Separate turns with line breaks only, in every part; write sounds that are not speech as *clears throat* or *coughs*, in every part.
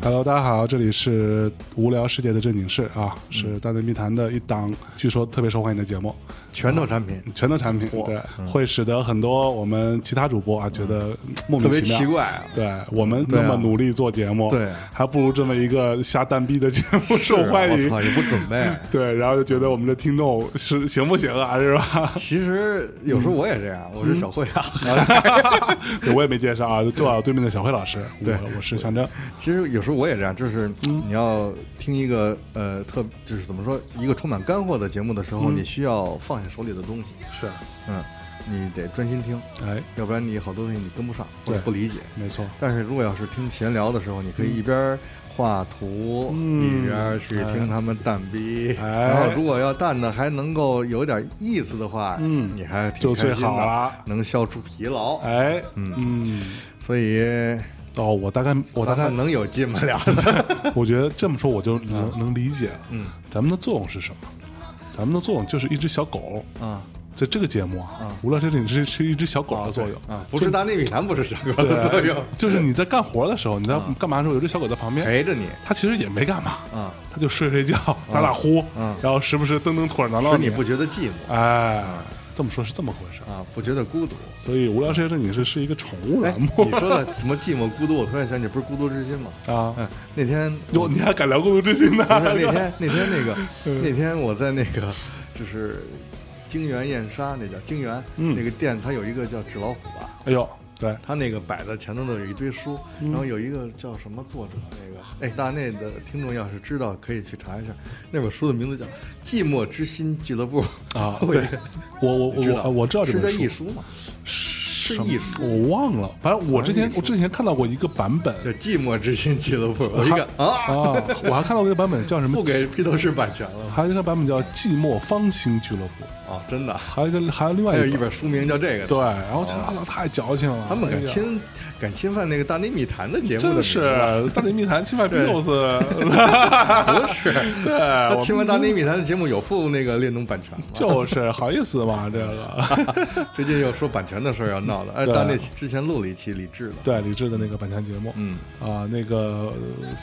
大家好，这里是无聊世界的正经事啊，
嗯
是大内密谈的一档据说特别受欢迎的节目，
拳头产品
全都产品对，
嗯
会使得很多我们其他主播啊觉得莫
特
名
别
其妙
奇。怪啊，
对我们那
对
么
啊
努力做节目，
对
还不如这么一个瞎蛋逼的节目受
是啊
欢
我
迎。
操，也不准备。
*laughs* 对，然后就觉得我们的听众是行不行啊，是
*laughs*
吧？
其实有时候我也这样，我是小慧啊。
嗯对我也没介绍啊，坐在我对面的小辉老师，
对
我我是象征，
*laughs* 其实有时候我也这样，就是
嗯
你要听一个呃特，就是怎么说，一个充满干货的节目的时候，
嗯
你需要放下手里的东西，
是，
嗯，你得专心听，
哎，
要不然你好多东西你跟不上或者
对
不理解。
没错，
但是如果要是听闲聊的时候，你可以一边画图，
嗯
一边去听他们蛋逼。
哎
然后如果要蛋的还能够有点意思的话，
嗯
你还挺
就最
开心的
好啦
能消除疲劳。
哎，嗯，
所以
哦，我大概我大
咱
概
们能有进不了的。
*laughs*
*laughs*
我觉得这么说我
嗯
就能、能理解了。嗯，咱们的作用是什么？咱们的作用就是一只小狗，
*laughs* 啊
在这个节目啊，无论这里是是一只小嗯狗的作用
嗯啊，不是大内密谈，不是傻哥的作
对
*laughs* 用，，
*laughs* 就是你在干活的时候，你在干嘛的时候，有只小狗在旁边，
嗯陪着你
它其实也没干嘛，
啊，
它就睡睡觉、打打呼，
嗯
然后时不时蹬蹬腿儿挠挠
使你不觉得寂寞
哎，这么说是这么回事儿。
啊，不觉得孤独。
所以无聊世界正经事是一个宠物
哎，
栏
你
目
说的什么寂寞孤独？我突然想起，不是《孤独之
*laughs*
心》吗？
啊。
哎，那天
哟，你还敢聊孤独之心呢？
不是那天那天那个
嗯
那天我在那个就是京园燕莎那叫京园、
嗯
那个店，它有一个叫纸老虎吧，
*laughs* 哎呦，对，
它那个摆在前头的有一堆书，
嗯
然后有一个叫什么作者那个，哎，大内的听众要是知道可以去查一下，那本书的名字叫《寂寞之心俱乐部》
啊
*laughs* 我
对我我
你知道
我我知道这
是
本
在
书
艺书嘛，是
是
艺术
我忘了。反正我之前我之前看到过一个版本
叫《寂寞之心俱乐部》，我一看啊，
啊，我还看到过一个版本叫什么？
不给披头士版权了
还有一个版本叫《寂寞方兴俱乐部》，
啊，真的，
还有一个还有另外
还有
一
一
个
本书名叫这个的
哎对，。然后这他妈太矫情了，
他们
哎
敢
呀
侵敢侵犯那个《大内密谈》的节目的啊
真
名字
是《大内密谈》侵犯 Beatles，
*laughs* 不是？
对，
他
哎我
侵犯《大内密谈》的节目有负那个列侬版
*laughs*
权吗？
就是好意思嘛，这个 *laughs*
最近又说版权的事儿要闹了。哎，
对
大内之前录了一期李志的，
对李志的那个版权节目，
嗯
啊，那个呃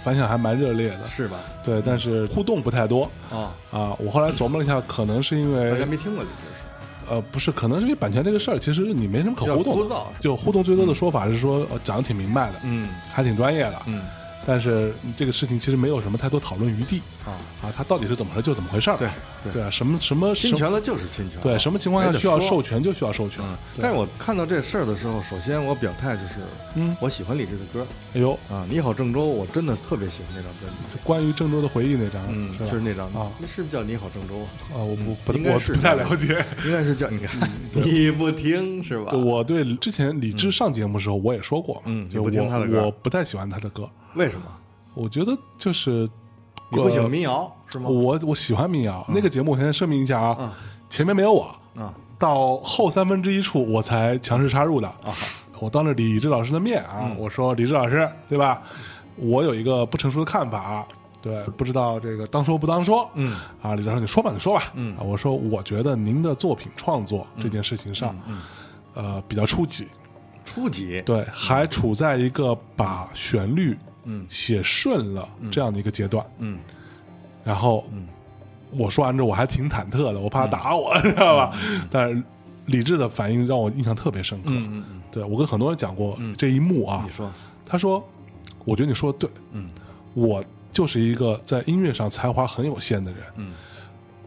反响还蛮热烈的，
是吧？
对，但是互动不太多
哦，
啊。我后来琢磨了一下，可能是因
大家
为
没听过李志
呃，不是，可能是因为版权这个事儿，其实你没什么可互
比
动
较枯
的
燥。
就互动最多的说法是说，呃讲的挺明白的，
嗯
还挺专业的，
嗯
但是这个事情其实没有什么太多讨论余地
啊，
啊，它到底是怎么回事就怎么回事儿，
对
对
对
啊，什么什么
侵
什么
权了就是侵权，
对什么情况下需要授权
权？
就需要授权，对
嗯但是我看到这事儿的时候，首先我表态就是，
嗯
我喜欢李志的歌
哎呦，
啊，《你好郑州》，我真的特别喜欢那张专辑，
就关于郑州的回忆那张，
嗯，
吧
就是那张
啊，
那是不是叫《你好郑州》啊？
啊，我不不
应该
我
是
不太了解。
应该是叫你看，嗯你不听是吧？
就我对之前李志上节目的时候，我也说过嘛，
嗯
就
你不听他的
我
歌
我不太喜欢他的歌，
为什么？
我觉得就是
你不喜欢
呃
民谣是吗？
我我喜欢民谣。那个节目我先声明一下啊，前面没有我，
啊，
到后三分之一处我才强势插入的。
啊
我当着李志老师的面啊，我说李志老师，对吧？我有一个不成熟的看法。啊对，不知道这个当说不当说，
嗯，
啊，李志老师你说吧，你说吧，嗯，啊，我说我觉得您的作品创作这件事情上，呃，比较初级，
初级，
对，还处在一个把旋律嗯写顺了这样的一个阶段，
嗯，
然后我说完之后我还挺忐忑的，我
嗯
怕他打我，知道吧？但是李志的反应让我印象特别深刻，
嗯嗯，
对我跟很多人讲过这一幕啊
你，说，
他说，我觉得你说的对，
嗯，
我就是一个在音乐上才华很有限的人，
嗯，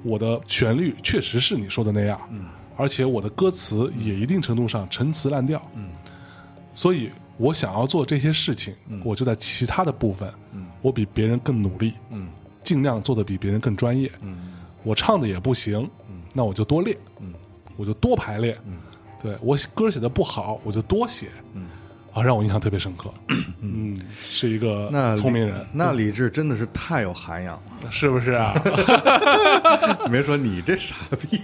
我的旋律确实是你说的那样，嗯，而且我的歌词也一定程度上陈词滥调，嗯，所以我想要做这些事情，我就在其他的部分，嗯，我比别人更努力，
嗯
尽量做的比别人更专业，
嗯
我唱的也不行，那我就多练，
嗯
我就多排练，对我歌写的不好，我就多写，
嗯
啊，让我印象特别深刻，嗯，是一个
那
聪明人，
那李志真的是太有涵养了，
是不是啊？
没说你这傻逼，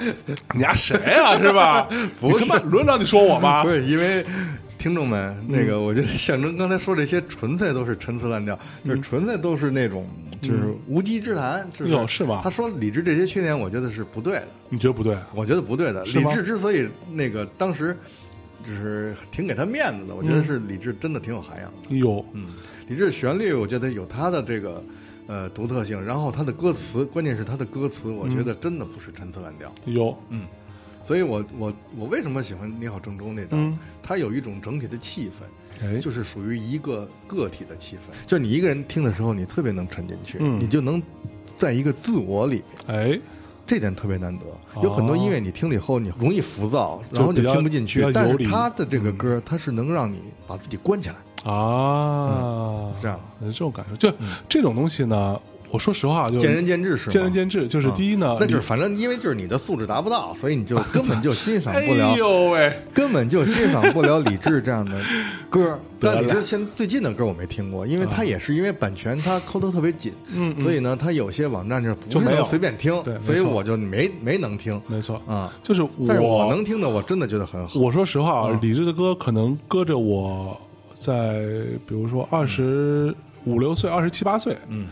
*laughs* 你丫谁啊？是吧？
*laughs* 不是
你他妈轮着你说我吗
不？是因为听众们，那个我觉得象征刚才说这些纯粹都是陈词滥调，就是纯粹都是那种就是无稽之谈，就
哟
嗯哎是
哎是吧
他说李志这些缺点，我觉得是不对的，
你觉得不对？哎
我觉得不对的。
是
李
吗
志之所以那个当时就是挺给他面子的。我
嗯
觉得是李志真的挺有涵养的。
有
嗯，李志旋律我觉得有他的这个呃独特性，然后他的歌词，关键是他的歌词，我觉得
嗯
真的不是陈词滥调。
有，
所以我我我为什么喜欢《你好，郑州》那张？
嗯
它有一种整体的气氛。
哎，
就是属于一个个体的气氛，就你一个人听的时候，你特别能沉进去，
嗯
你就能在一个自我里面，
哎，
这点特别难得
哦。
有很多音乐你听了以后，你容易浮躁，
就
然后你
比较
听不进
比
去
较。
但
游
是
离嗯
他的这个歌，它是能让你把自己关起
啊，
来，嗯是这样嗯
呃，这种感受，就这种东西呢，我说实话，就
见仁见智是吗？
见仁见智，就是
啊
第一呢，
那
你
就是反正因为就是你的素质达不到，所以你就根本就欣赏
哎
不了，
呦喂，
根本就欣赏不了李志这样的歌。
*laughs* 得
但李
了
志现在最近的歌我没听过，因为他也是因为版权他抠得特别紧，
嗯，
所以呢，他有些网站是
就
不是
没有
能随便听
对没，
所以
错
我就没没能听
没错，
啊。
就是
但是
我
我能听的，我真的觉得很好。
我说实话啊
嗯，
李志的歌可能搁着我在，比如说二十五六岁、二十七八岁，
嗯，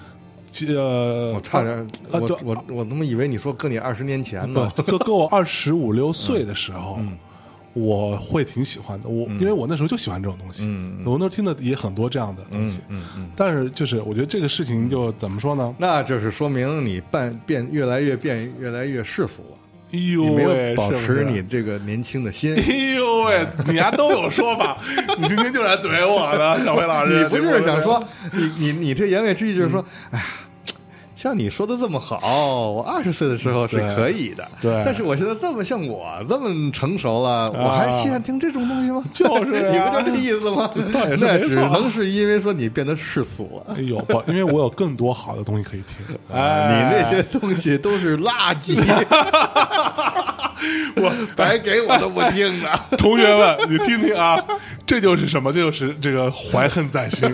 记呃，
我差点，
啊
我
对
我我他妈以为你说搁你二十年前呢。嗯
不，搁搁我二十五六岁的时候，我会挺喜欢的。我、因为我那时候就喜欢这种东西，
嗯
我那时候听的也很多这样的东西。
嗯嗯，
但是就是我觉得这个事情就怎么说呢？
那就是说明你变变越来越变越来越世俗了，
哎呦
你没
喂，
有保
是不
持
是
你。这个年轻
*laughs*
的心。
哎呦喂，你丫都有说
*laughs*
法，你今天就来怼我呢，小辉老师。
你不就是想说，你你你这言外之意就是
嗯
说，哎呀，像你说的这么好，我二十岁的时候是
对
可以的，
对
但是我现在这么像我这么成熟了，我还
啊
稀罕听这种东西吗？
就是啊
*laughs* 你不就这意思吗
这 *laughs* 倒也？是
那
没
只
错啊
能是因为说你变得世俗了。
哎呦不，因为我有更多好的东西可以听。
*laughs* 啊你
哎，
那些东西都是垃
*laughs*
圾，我白给我都不听的。
哎同学们，你听听啊，这就是什么？这就是这个怀恨在
*laughs*
心。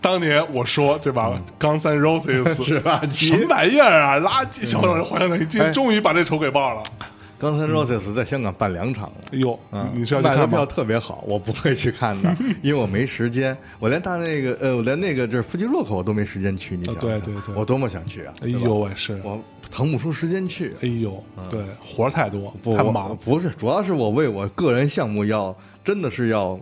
当年我说对吧，刚三 roses
嗯 *laughs* 是垃圾
什么玩意儿啊，垃圾！小老师怀恨在心，今天
哎
终于把这仇给报了。
刚才 Roses 在香港办两场了，
哎呦，
嗯
你是要去
卖的
看
票
吗？
特别好，我不会去
*laughs*
看的，因为我没时间，我连大那个呃，我连那个就是附近洛克我都没时间去，你想
啊
想，
对对对
我多么想去啊！
哎
对吧
呦，，喂，是，
我腾不出时间去，
哎呦，对，活儿太多，
嗯不
太
我
忙，
不是，主要是我为我个人项目要真的是要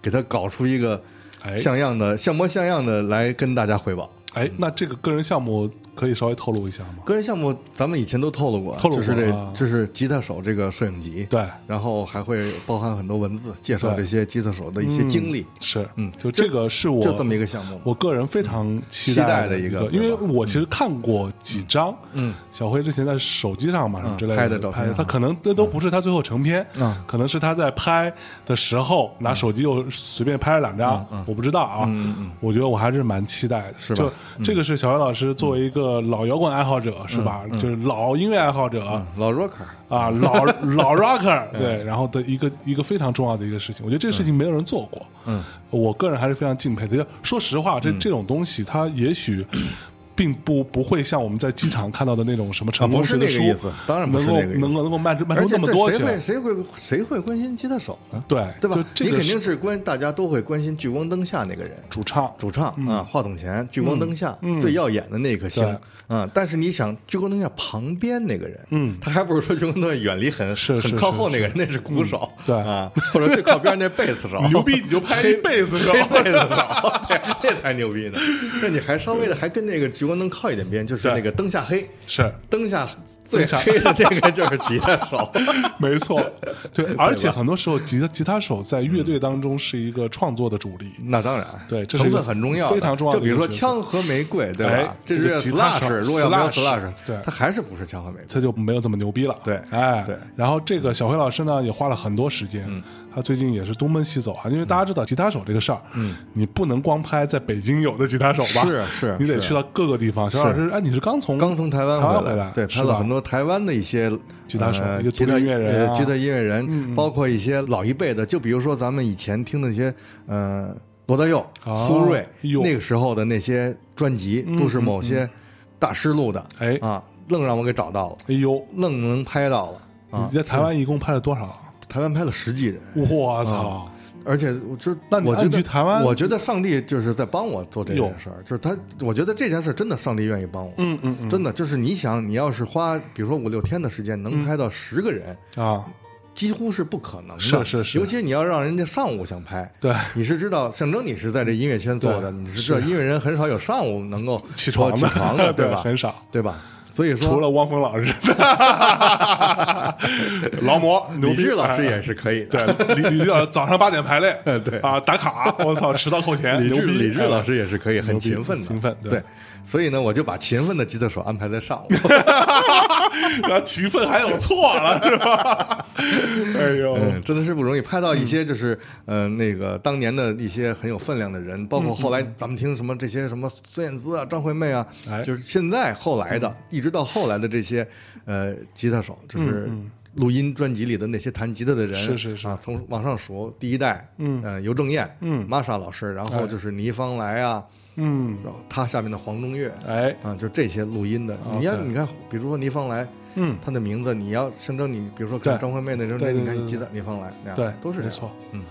给他搞出一个
哎
像样的、像模像样的来跟大家汇报。
哎，那这个个人项目可以稍微透露一下吗？
个人项目咱们以前都透露过，
透露
就
过
是这
啊
就是吉他手这个摄影集，
对，
然后还会包含很多文字介绍
对
这些吉他手的一些
嗯
经历。
是，
嗯
就这个是我
就这么一个项目。
我个人非常期
期待
的
的一个
个，因为我其实看过几张，
嗯，
小辉之前在手机上嘛什么之类
拍
的
的照片
拍的
啊
他可能那都不是他最后成片，
嗯
可能是他在拍的时候拿手机又随便拍了两张，
嗯
我不知道啊，我觉得我还是蛮期待的，是
吧嗯
就这个是小辉老师作为一个老摇滚爱好者是吧？
嗯
就是老音乐爱好者，
老 rocker，
啊，
*laughs*
老老 rocker
哎
对，然后的一个一个非常重要的一个事情，我觉得这个事情没有人做过，嗯，我个人还是非常敬佩的。就说实话，
嗯
这这种东西它也许并不不会像我们在机场看到的那种什么成功
啊不是
学的
那
书
个意思，当然不
能
是
够
那个意思
能够能够卖出卖
而
出
且
那么多
谁
去，
会谁会谁会关心吉他手呢？
对
对吧
就？这
你
个
肯
是
定是关，大家都会关心聚光灯下那个人，
主唱
主唱
嗯
啊，话筒前聚光灯下最耀眼的那一颗星啊。但是你想，聚光灯下旁边那个人，
嗯，
他还不如说聚光灯远离很
是是
很靠
是
后
是嗯
那个人，那是鼓手，
对
啊，或者最靠边那贝斯手
*laughs* ，牛逼你就拍一
黑
贝斯手
黑贝斯手， *laughs* 对，那才牛逼呢。那你还稍微的还跟那个聚光灯靠一点边，就是
对
那个灯下黑，
是
灯下最黑的那个就是吉他手，
没
*laughs*
错，对，而且很多时候吉他吉他手在乐
嗯
队当中是一个创作的主力，
那当然，
对这是一
成
个
分很重要的，
非常重要的
就比如说
一个角色
枪和玫瑰，对
哎
吧？这
这个
是
吉他手
slash，如果要没有
slash，
slash，
对
它还是不是枪和玫瑰？
他就没有这么牛逼了。
对
哎，
对嗯
然后这个小辉老师呢，也花了很多时间，他最近也是东奔西走啊，因为大家知道吉他手这个事儿，嗯，你不能光拍在北京有的吉他手吧？
是是
你得
是
去到各个地方。小辉老师，哎，你是刚从
刚从台湾
台湾
回
来，
对，拍
是
了
吧
很？多台湾的一些
吉他手
呃
一个
吉
独
他
立音乐人啊嗯
呃吉他音乐人，包括一些老一辈的，就比如说咱们以前听的一些，呃，罗大佑
啊、
苏芮
哟嗯
那个时候的那些专辑，都是某些大师录的，
哎
啊，愣让我给找到了，
哎呦，
愣能拍到了啊
你！在台湾一共拍了多少？
台湾拍了十几人，
我
哦
操！
而且我就
那你
我觉
按
得
去台湾
我觉得上帝就是在帮我做这件事儿，就是他，我觉得这件事儿真的上帝愿意帮我，
嗯嗯嗯
真的就是你想，你要是花比如说五六天的时间能拍到十个人，
啊，
几乎是不可能的。
是是是
尤其你要让人家上午想拍，
对 *laughs*
你是知道，象征你是在这音乐圈做
对
的，你是知道音乐人很少有上午能够
起床
哦起
*laughs*
床的，
对
吧？
很少，
对吧？所以说，
除了汪峰老师，劳 *laughs* 模牛
*laughs* 李
逼
志老师也是
*laughs*
可以的。，
对，李李老师早上八点排练
哎 *laughs* 对
啊，打卡，我操，迟到扣钱，
李
牛
志
逼！
李志老师也是可以，很
牛逼
勤奋的，
勤奋对
对。所以呢，我就把勤奋的吉他手安排在上午。
*laughs* 哎， *laughs* 然后勤奋还有错了
*laughs*
是吧？哎呦，
嗯，真的是不容易拍到一些就是、呃那个当年的一些很有分量的人，包
嗯
括后来咱们听什么这些什么孙燕姿啊、张惠妹啊，
哎嗯
就是现在后来的，一直到后来的这些呃吉他手，就是录音专辑里的那些弹吉他的人，
嗯是是是
啊，从往上数，第一代，
嗯
呃尤正燕，
嗯
玛莎老师，然后就是倪芳来啊，
嗯，
然后他下面的黄中岳。
哎，哦
啊，就这些录音的，你要
OK
你看，比如说倪芳来，
嗯，
他的名字，你要象征你，比如说跟
对
张惠妹那时候，
对
那
对
你看
对对
吉他倪芳来，那样
对，
哎都是这
没
样。
错，
嗯，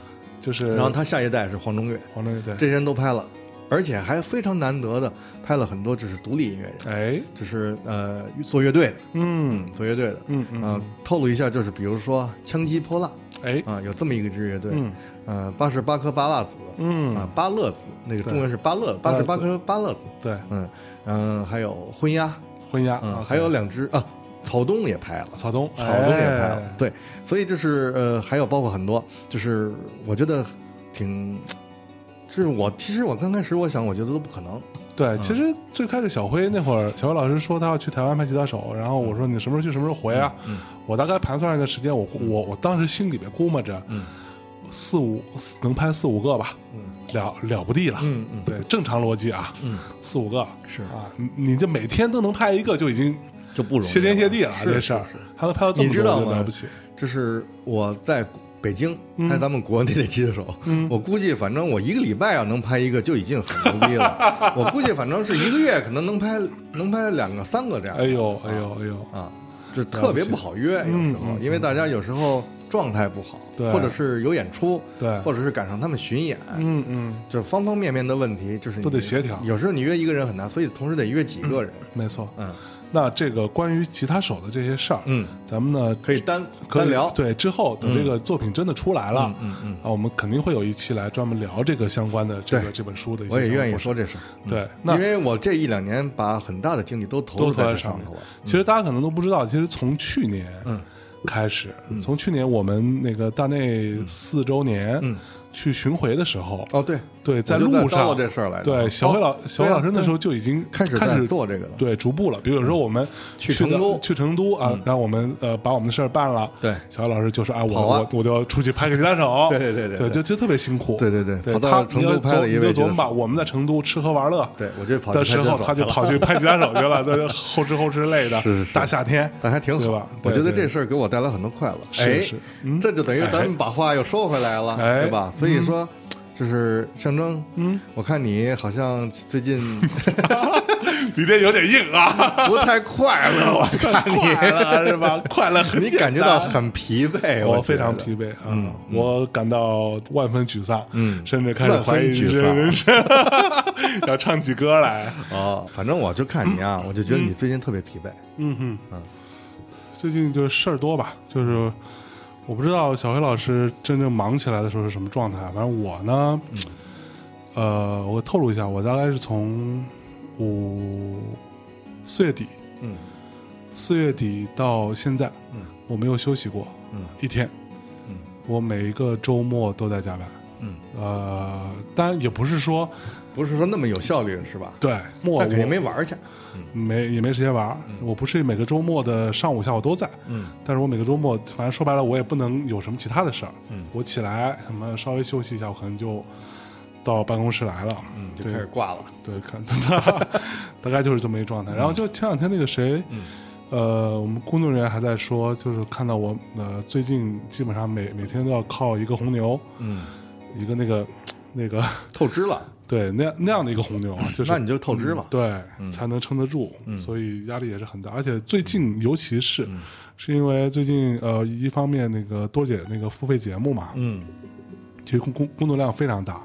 就是
然后他下一代是黄中岳，
黄磊对，
这些人都拍了，而且还非常难得的拍了很多就是独立音乐人，
哎，
就是呃做乐队的，
嗯
做乐队的。
嗯
啊、
嗯，
透露一下，就是比如说枪击泼辣
哎，
啊、有这么一个支乐队，
嗯
呃，八十八颗八辣子，啊、
嗯，
八乐子，那个
对
中文是八乐，
八乐
八十
子
八颗八乐子，
对，
嗯嗯、还有昏鸦，
婚鸦
嗯、
啊，
还有两支啊，草东也拍了。
草东，
草东也拍了，
哎
对，所以就是呃，还有包括很多，就是我觉得挺，就是我其实我刚开始我想，我觉得都不可能，嗯
对，其实最开始小辉那会儿，小辉老师说他要去台湾拍吉他手，然后我说你什么时候去，什么时候回啊？
嗯
我大概盘算了的时间，我我我当时心里面估摸着，
嗯
四五能拍四五个吧，
嗯
了了不地了。
嗯嗯，
对，正常逻辑啊，
嗯
四五个
是
啊，你你这每天都能拍一个就已经
就不容易，
谢天谢地了，啊
是
这事儿
是是
还能拍到这么
你
多
知道
就
吗
了不起。
就是我在北京
嗯
拍咱们国内的吉他手，我估计反正我一个礼拜要能拍一个就已经很牛逼了，我估计反正是一个月可能能拍能拍两个三个这样
哎呦哎呦哎呦，
啊，就特别不好约，有时候
嗯嗯
因为大家有时候状态不好，
对
或者是有演出，
对
或者是赶上他们巡演，
嗯嗯，
就方方面面的问题，就是你
都得协调
有时候你约一个人很难，所以同时得约几个人，
没错。
嗯
那这个关于吉他手的这些事儿，
嗯，
咱们呢
可以单
可
单
以
聊，
对，之后等这个作品真的出来了，
嗯嗯
啊，我们肯定会有一期来专门聊这个相关的这个
对
这本书的一些
我也
相关
愿意
故事。
说这事儿，
对，那
因为我这一两年把很大的精力都投
都
入
投
在
在
这
上
上
面
头了。。
其实大家可能都不知道，其实从去年
嗯
开始，从去年我们那个大内四周年
嗯
去巡回的时候，
哦，对，
对，在
我就
路
叨
上
叨这事儿来着。
对，小
哦
辉老、小辉老师那时候
对啊
就已经
开始
开
在
始
做这个了
对，逐步了。比如说我们
嗯去
的
成都嗯
去成都啊，然后我们呃把我们的事儿办了，
对
小辉老师就说啊，我
好啊
我我就要出去拍个吉他手，
*laughs* 对对对对
对，
对
就就特别辛苦，
对对对
对
跑到
他
成都拍了一位
你就
吉
琢
他
磨
手
吧，我们在成都吃喝玩乐，
对我就跑去
的
拍
时
吉他
候
手
他就
去了
跑去拍吉他手去了，他就后吃后吃累的，
*laughs* 是是是
大夏天，
但还挺好
对吧？
我觉得
对
这事儿给我带来很多快乐。
是
哎
是嗯
这就等于咱们把话又说回来了，
哎
对吧？所以说，就是象征，嗯，我看你好像最
*laughs*
近
你这有点硬啊，
不太快乐，
*laughs*
我看
快
*laughs* 你，
乐是吧？快乐很
*laughs* 你
简单
感觉到很疲惫，
我
觉
非常
得
疲惫啊、我感到万分沮丧，
嗯
甚至开始怀疑
万分沮丧
人生， *laughs* 要唱起歌来，
*laughs* 哦，反正我就看你啊，我就觉得你最近特别疲惫。
嗯哼，最近就事儿多吧，就是我不知道小黑老师真正忙起来的时候是什么状态，反正我呢，
嗯
呃，我透露一下，我大概是从五四月底，
嗯
四月底到现在，
嗯
我没有休息过，
嗯
一天，
嗯
我每一个周末都在加班。
嗯，
呃，当然也不是说
不是说那么有效率是吧？
对末
但肯定
我
没玩儿去。
没也没时间玩儿、我不是每个周末的上午下午都在，
嗯
但是我每个周末反正说白了我也不能有什么其他的事儿，
嗯
我起来什么稍微休息一下，我可能就到办公室来了，
嗯，就
对
开始挂了。
对，看 *laughs* 大概就是这么一状
嗯
态。然后就前两天那个谁，呃，我们工作人员还在说，就是看到我呃最近基本上每每天都要靠一个红牛，
嗯，
一个那个那个。
透支了，
对，那样那样的一个红牛啊，就是
那你就透支嘛。嗯
对，才能撑得住，所以压力也是很大。而且最近，尤其是、
嗯
是因为最近呃，一方面那个多姐那个付费节目嘛，
嗯
其实工工工作量非常大。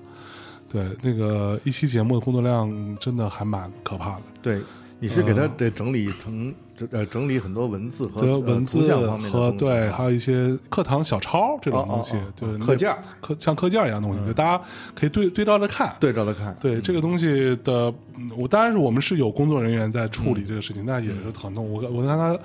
对，那个一期节目的工作量真的还蛮可怕的。
对，你是给他
嗯
得整理成整呃整理很多文字和
则
呃
文
图
字
像方面的
和
东西
对，还有一些课堂小抄这种东西
哦哦哦，
就是那
课件儿嗯
课像课件儿一样的东西，就大家可以对对照着看。
对照着看，
对这个东西的，嗯我当然是我们是有工作人员在处理这个事情，那也是很痛。我跟我跟他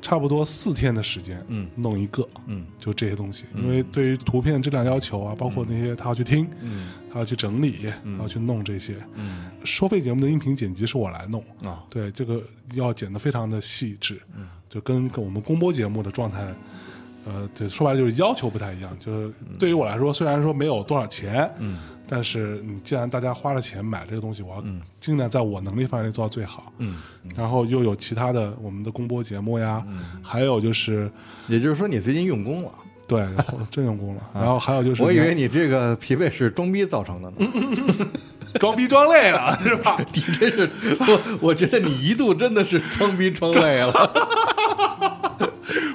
差不多四天的时间，嗯，弄一个，
嗯，
就这些东西，因为对于图片质量要求啊，包括那些他要去听，嗯，他要去整理，他要去弄这些，嗯，收费节目的音频剪辑是我来弄
啊
对这个要剪得非常的细致，嗯，就跟跟我们公播节目的状态。呃，这说白了就是要求不太一样。就是对于我来说，虽然说没有多少钱，嗯，但是你既然大家花了钱买这个东西，我要尽量在我能力范围内做到最好。嗯，嗯然后又有其他的我们的公播节目呀，还有就是
也就是说你最近用功了。
*laughs* 对真用功了。然后还有就是，
我以为你这个疲惫是装逼造
*laughs*
成的呢，
装逼装累了是吧？ *laughs*
你这是我我觉得你一度真的是装逼装
*laughs*
累了。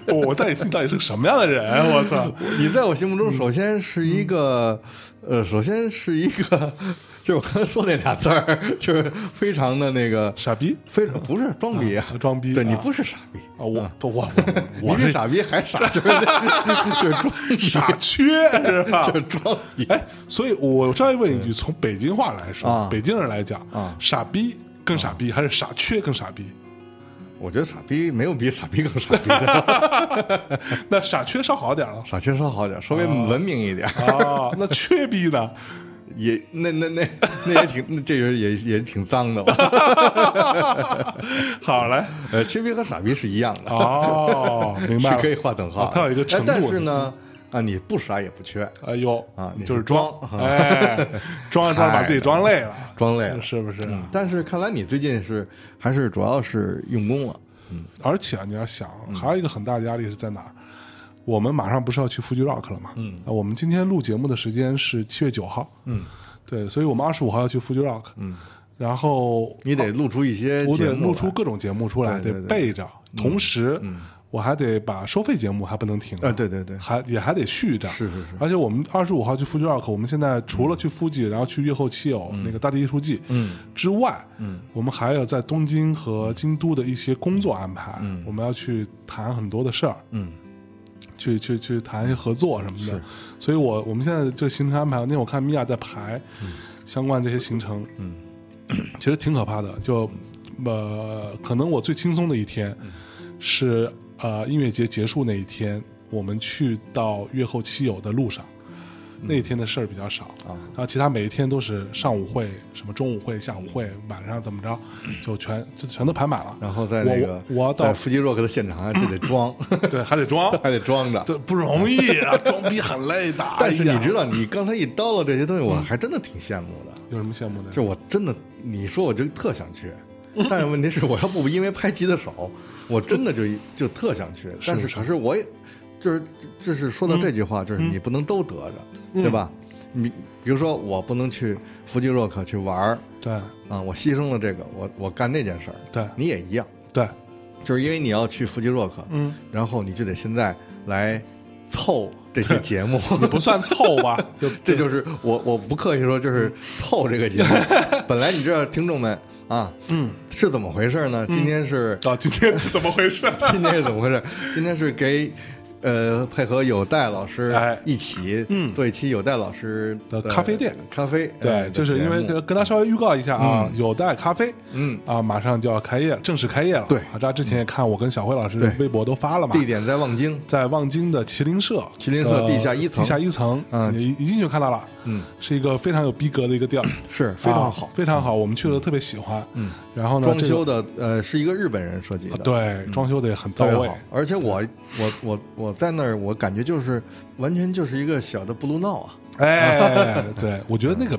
我我在你心里到底是个什么样的人？我 *laughs* 操！
你在我心目
嗯
中首先是一个，呃，首先是一个，就是我刚才说那俩字儿，就是非常的那个，
傻逼
非常不是装逼啊
啊，装逼
对
啊
你不是傻逼，
啊！我我我
你
我
比
是
傻逼还傻，就是 *laughs* 就是
*laughs*
装
傻缺是吧？
*laughs* 就是装逼。
哎，所以我稍微问一句，从北京话来说，
啊
北京人来讲，
啊
傻逼更傻逼，还是傻缺更傻逼？ *laughs*
我觉得傻逼没有比傻逼更傻逼
*laughs*
的，
那傻缺稍好点了
傻缺稍好点，稍微
哦
文明一点。
啊，那缺逼呢？
也那那那那也挺，那这人也也挺脏的吧？ *laughs*
好嘞，
呃，缺逼和傻逼是一样的，
哦，明白
是
了，
可以划等号
啊。它有一个程度
哎但是呢，啊，你不傻也不缺，
哎呦
啊你是
就是装
装，
哎，装着装着把自己装累了，
装累了。嗯
是啊不是？
但是看来你最近是还是主要是用功了，
而且啊你要想，
嗯
还有一个很大的压力是在哪儿？我们马上不是要去 Fuji Rock 了嘛？嗯，我们今天录节目的时间是七月九号，嗯，对，所以我们二十五号要去 Fuji Rock，嗯，然后
你得露出一些
哦我
节
得
目来
录出各种节目出来，
对
得
对嗯对
备着，同时我还得把收费节目还不能停
啊，对对对，
还也还得续着，
是是是。
而且我们二十五号去夫 u j Rock，我们现在除了去夫吉，然后去月后七友、那个大地艺术季，嗯，之外，嗯，我们还有在东京和京都的一些工作安排，嗯，我们要去谈很多的事儿，
嗯，
去去去谈一些合作什么的。所以我我们现在这个行程安排，那天我看米娅在排、
嗯
相关这些行程，嗯， *clears throat* 其实挺可怕的。就呃，可能我最轻松的一天
嗯
是呃音乐节结束那一天，我们去到月后七友的路上。那一天的事儿比较少
嗯啊
然后其他每一天都是上午会、什么中午会、下午会、晚上怎么着，就全就全都排满了。
然后在那
我
个
我我要嗯
在
到
腹肌 rock 的现场还就得装，
对还得装，
*laughs* 还得装着。
这不容易啊，装逼很累的。
*laughs* 但是
哎
你
呀嗯
知道，你刚才一叨唠这些东西，我还真的挺羡慕的。
有什么羡慕的？
就我真的，你说我就特想去，
嗯
但是问题是，我要不因为拍吉他手，我真的就就特想去。但是可是我也，就是就是说到
嗯
这句话，就是你不能都得着，对吧？你比如说我不能去弗吉洛克去玩儿
对
啊，我牺牲了这个，我我干那件事儿，
对
你也一样，
对，
就是因为你要去弗吉洛克，
嗯，
然后你就得现在来凑
*laughs*
这些节目。
你不算凑吧？就
这 *laughs* 就是我我不客气说，就是凑这
*laughs*
个节目。本来你知道听众们啊，
嗯，
是怎么回事呢？今
*laughs*
天是、
到啊今天是怎么回事？
今天是怎么回事？今天是给呃配合有戴老师
哎
一起
嗯
做一期有戴老师
的咖啡店
咖啡呃
对，就是因为跟跟他稍微预告一下啊，有带咖啡，
嗯
啊，马上就要开业，正式开业了。
对
啊，大家之前也看我跟小辉老师的
对
微博都发了嘛，
地点在望京，
在望京的麒麟社，
麒麟社
呃
地下一层
地下一层，
嗯
你一进去就看到了，
嗯，
是一个非常有逼格的一个地儿，
是 *clears throat* 非常好嗯
啊，非常好，我们去了特别喜欢，嗯，然后呢，
装
这个
修的呃是一个日本人设计的，
对装修的也很到
特别
位
好，而且我我我我在那儿，我感觉就是完全就是一个小的布鲁闹啊。 *laughs*
哎，对，我觉得那个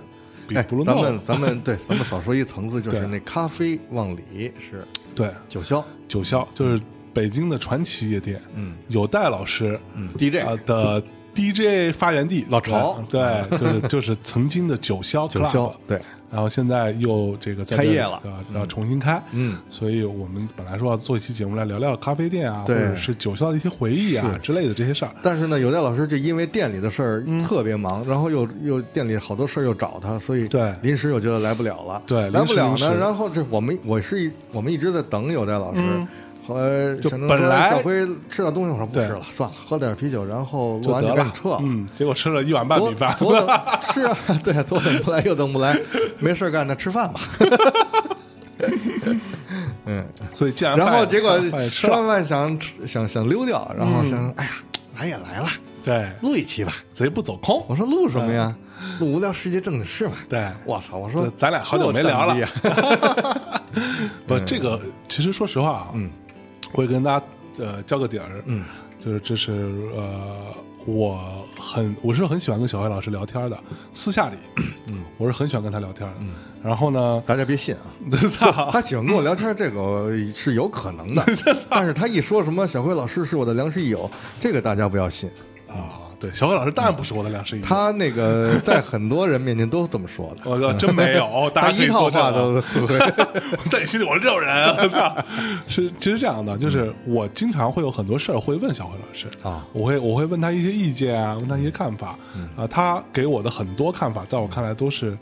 比
哎，
布鲁
咱
诺
们咱们对，咱们少说一
*laughs*
层次，就是
对
那咖啡往里是
对
九霄，
九霄就是北京的传奇夜店，
嗯，
有戴老师，
嗯，DJ
啊的 DJ 发源地
老巢 *laughs*
对，对就是就是曾经的九霄
九霄
club，
对，
然后现在又这个在
开
这
业
儿
了
啊，要重新开，
嗯，
所以我们本来说要做一期节目来聊聊咖啡店啊，或
对
者是酒校的一些回忆啊
是
之类的这些事儿，
但是呢，有戴老师这因为店里的事儿
嗯
特别忙，然后又又店里好多事儿又找他，所以
对
临时又觉得来不了了，
对
来不了
临时临
呢。
时
然后这我们我是一我们一直在等有戴老师，后来
嗯就
想着
本
说
来
小辉吃点东西，我说不
对
吃了，算了，喝点啤酒，然后录
就
完
得
就赶紧
了
撤了。
嗯，结果吃了一碗半
左
米饭，
左等是啊，对，左等不来，右等不来，没事儿干，那吃饭吧。嗯，
*laughs* 所以既然
然
饭
后
也
结果
饭也吃
吃
了，嗯
完饭想想想溜掉，然后想，哎呀，来也来了，
对，
录一期吧。
贼不走空，
我说录什么呀？录无聊世界正经事嘛。
对，
我操！我说
这咱俩好久没聊了
又怎么地啊
*laughs* 不，这个其实说实话啊，
嗯，
我也跟大家呃交个底儿，
嗯，
就是这是呃，我很我是很喜欢跟小黑老师聊天的，私下里，嗯， *clears throat* 我是很喜欢跟他聊天的，
嗯
然后呢， *laughs*
大家别信啊。
操，
他喜欢跟我聊天，这个是有可
*laughs*
能的。但是他一说什么小辉老师是我的良师益友，这个大家不要信。
啊，对，小黑老师当然不是我的良师益友，
他那个在很多人面前都这么说的。
我操，真没有，大
*laughs* 他
家可
一
以作
套
证
话
啊
都不
*laughs*
会。 *laughs*
我在你心里我是这种人啊，我操！ *laughs* 是，其实这样的，就是
嗯
我经常会有很多事儿会问小辉老师
啊
我会我会问他一些意见啊，问他一些看法啊、他给我的很多看法，在我看来都是，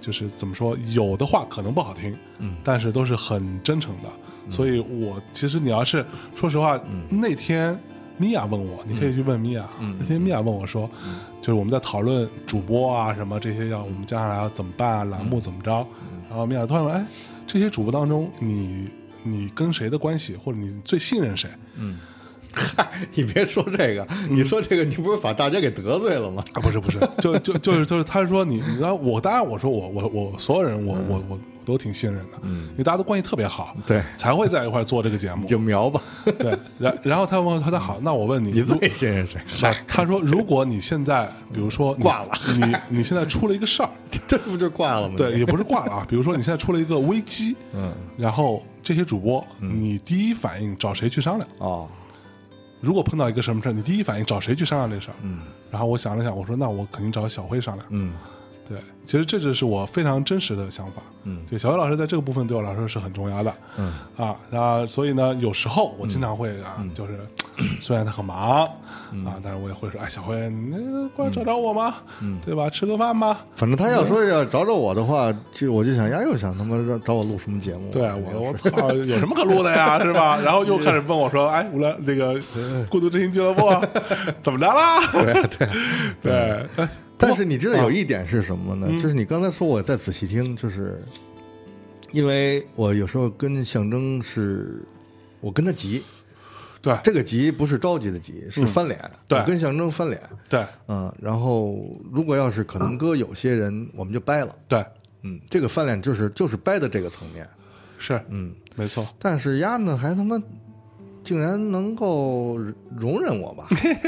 就是怎么说，有的话可能不好听，嗯，但是都是很真诚的，所以我其实你要是说实话，那天。米娅问我，你可以去问米娅啊。那天米娅问我说，就是我们在讨论主播啊什么这些要我们接下来要怎么办啊，栏目怎么着。然后米娅突然问，哎，这些主播当中，你你跟谁的关系，或者你最信任谁？
嗨， *laughs* 你别说这个，你说这个，你不是把大家给得罪了吗？
啊，不是不是，就就就是就是，他说你，你知道我，当然我说我我我所有人我、我我都挺信任的，因为大家都关系特别好，
嗯对
才会在一块儿做这个节目
你。就瞄吧，
对，然然后他问我他说好，那我问你，
你
如
最信任谁？
那他说如果你现在比如说你
挂了，
你你现在出了一个
*laughs*
事儿，
*laughs* 这不就挂了吗？
对，也不是挂了啊，比如说你现在出了一个危机，
嗯，
然后这些主播，你第一反应找谁去商量？
哦，
如果碰到一个什么事儿，你第一反应找谁去商量这事儿？嗯，然后我想了想，我说那我肯定找小辉商量。
嗯，
对，其实这就是我非常真实的想法。嗯，对，小辉老师在这个部分对我来说是很重要的。嗯啊，然后所以呢，有时候我经常会啊，就是虽然他很忙、啊，但是我也会说，哎，小辉，你过来找找我嘛，嗯、哦对吧？吃个饭嘛。
反
嗯
正他要说要找找我的话，就我就想呀，又想他妈找找我录什么节目？啊
对我，我操，有什么可录的呀，是吧？然后又开始问我说，哎，无聊那个孤独之心俱乐部啊 *laughs* 怎么着啦？
对对。
啊 *laughs* 对，哎，
但是你知道有一点是什么
嗯
呢？就是你刚才说，我再仔细听，就是因为我有时候跟象征是，我跟他急，
对
这个急不是着急的急，是翻脸，
嗯对
我跟象征翻脸。
对
嗯，然后如果要是可能哥有些人，我们就掰了。
对，
嗯，这个翻脸就是就是掰的这个层面。
是，
嗯，
没错。
但是丫呢还他妈竟然能够容忍我吧？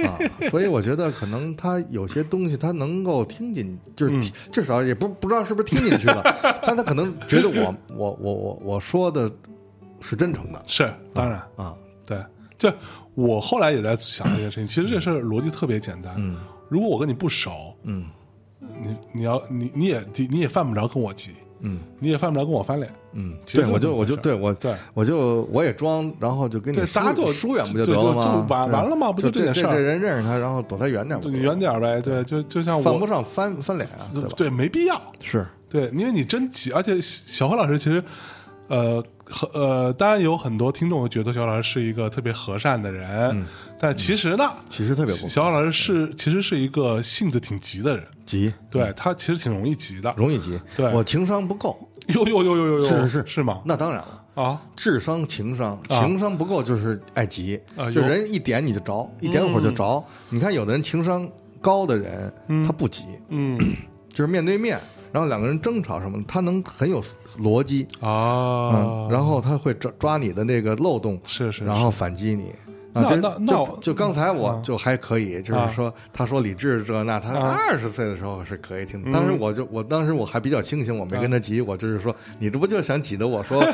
啊，所以我觉得可能他有些东西他能够听进，就是听、至少也不不知道是不是听进去了，但他可能觉得我我我我我说的是真诚的
是，当然，
啊。
对，就我后来也在想这件事情。其实这事儿逻辑特别简单。嗯，如果我跟你不熟，
嗯
你你要你你也你你也犯不着跟我急，
嗯
你也犯不着跟我翻脸。
嗯，
其实
对，
就是
我
这
就
么
我就
回事
对我
对
我就我也装，然后就跟你
对
疏
大家就
疏远不
就
得
就
了吗
就？完
对
完了嘛不就这
这
点事儿
这人认识他，然后躲他远点儿不
就
得
你
了，
远点儿呗，对，就就像
犯不
我，
上翻翻脸啊，对吧？
对，没必要。
是，
对，因为你真急，而且小何老师其实，呃，和呃，当然有很多听众会觉得小何老师是一个特别和善的人，但其实呢，
其嗯实特别不
小何老师是其实是一个性子挺急的人，
急，
对他其实挺容易急的。
嗯容易急。
对
我情商不够，
呦呦呦呦呦呦，
是是
是
是
吗？
那当然了。
啊，
智商、情商，情商不够就是爱急，
啊
就
有嗯
人一点你就着，一点火就着。你看有的人情商高的人，他不急， *clears throat*
嗯
就是面对面，然后两个人争吵什么的，他能很有逻辑，
啊
嗯嗯，，然后他会抓抓你的那个漏洞，
哦是是，
然后反击你。啊，
那
就
那那
就
我嗯
就刚才我就还可以，就是说他说李志这那，他
啊嗯
二十岁的时候是可以听的。当时我就我当时我还比较清醒，我没跟他急，我就是说你这不就想挤得我
*laughs*
说，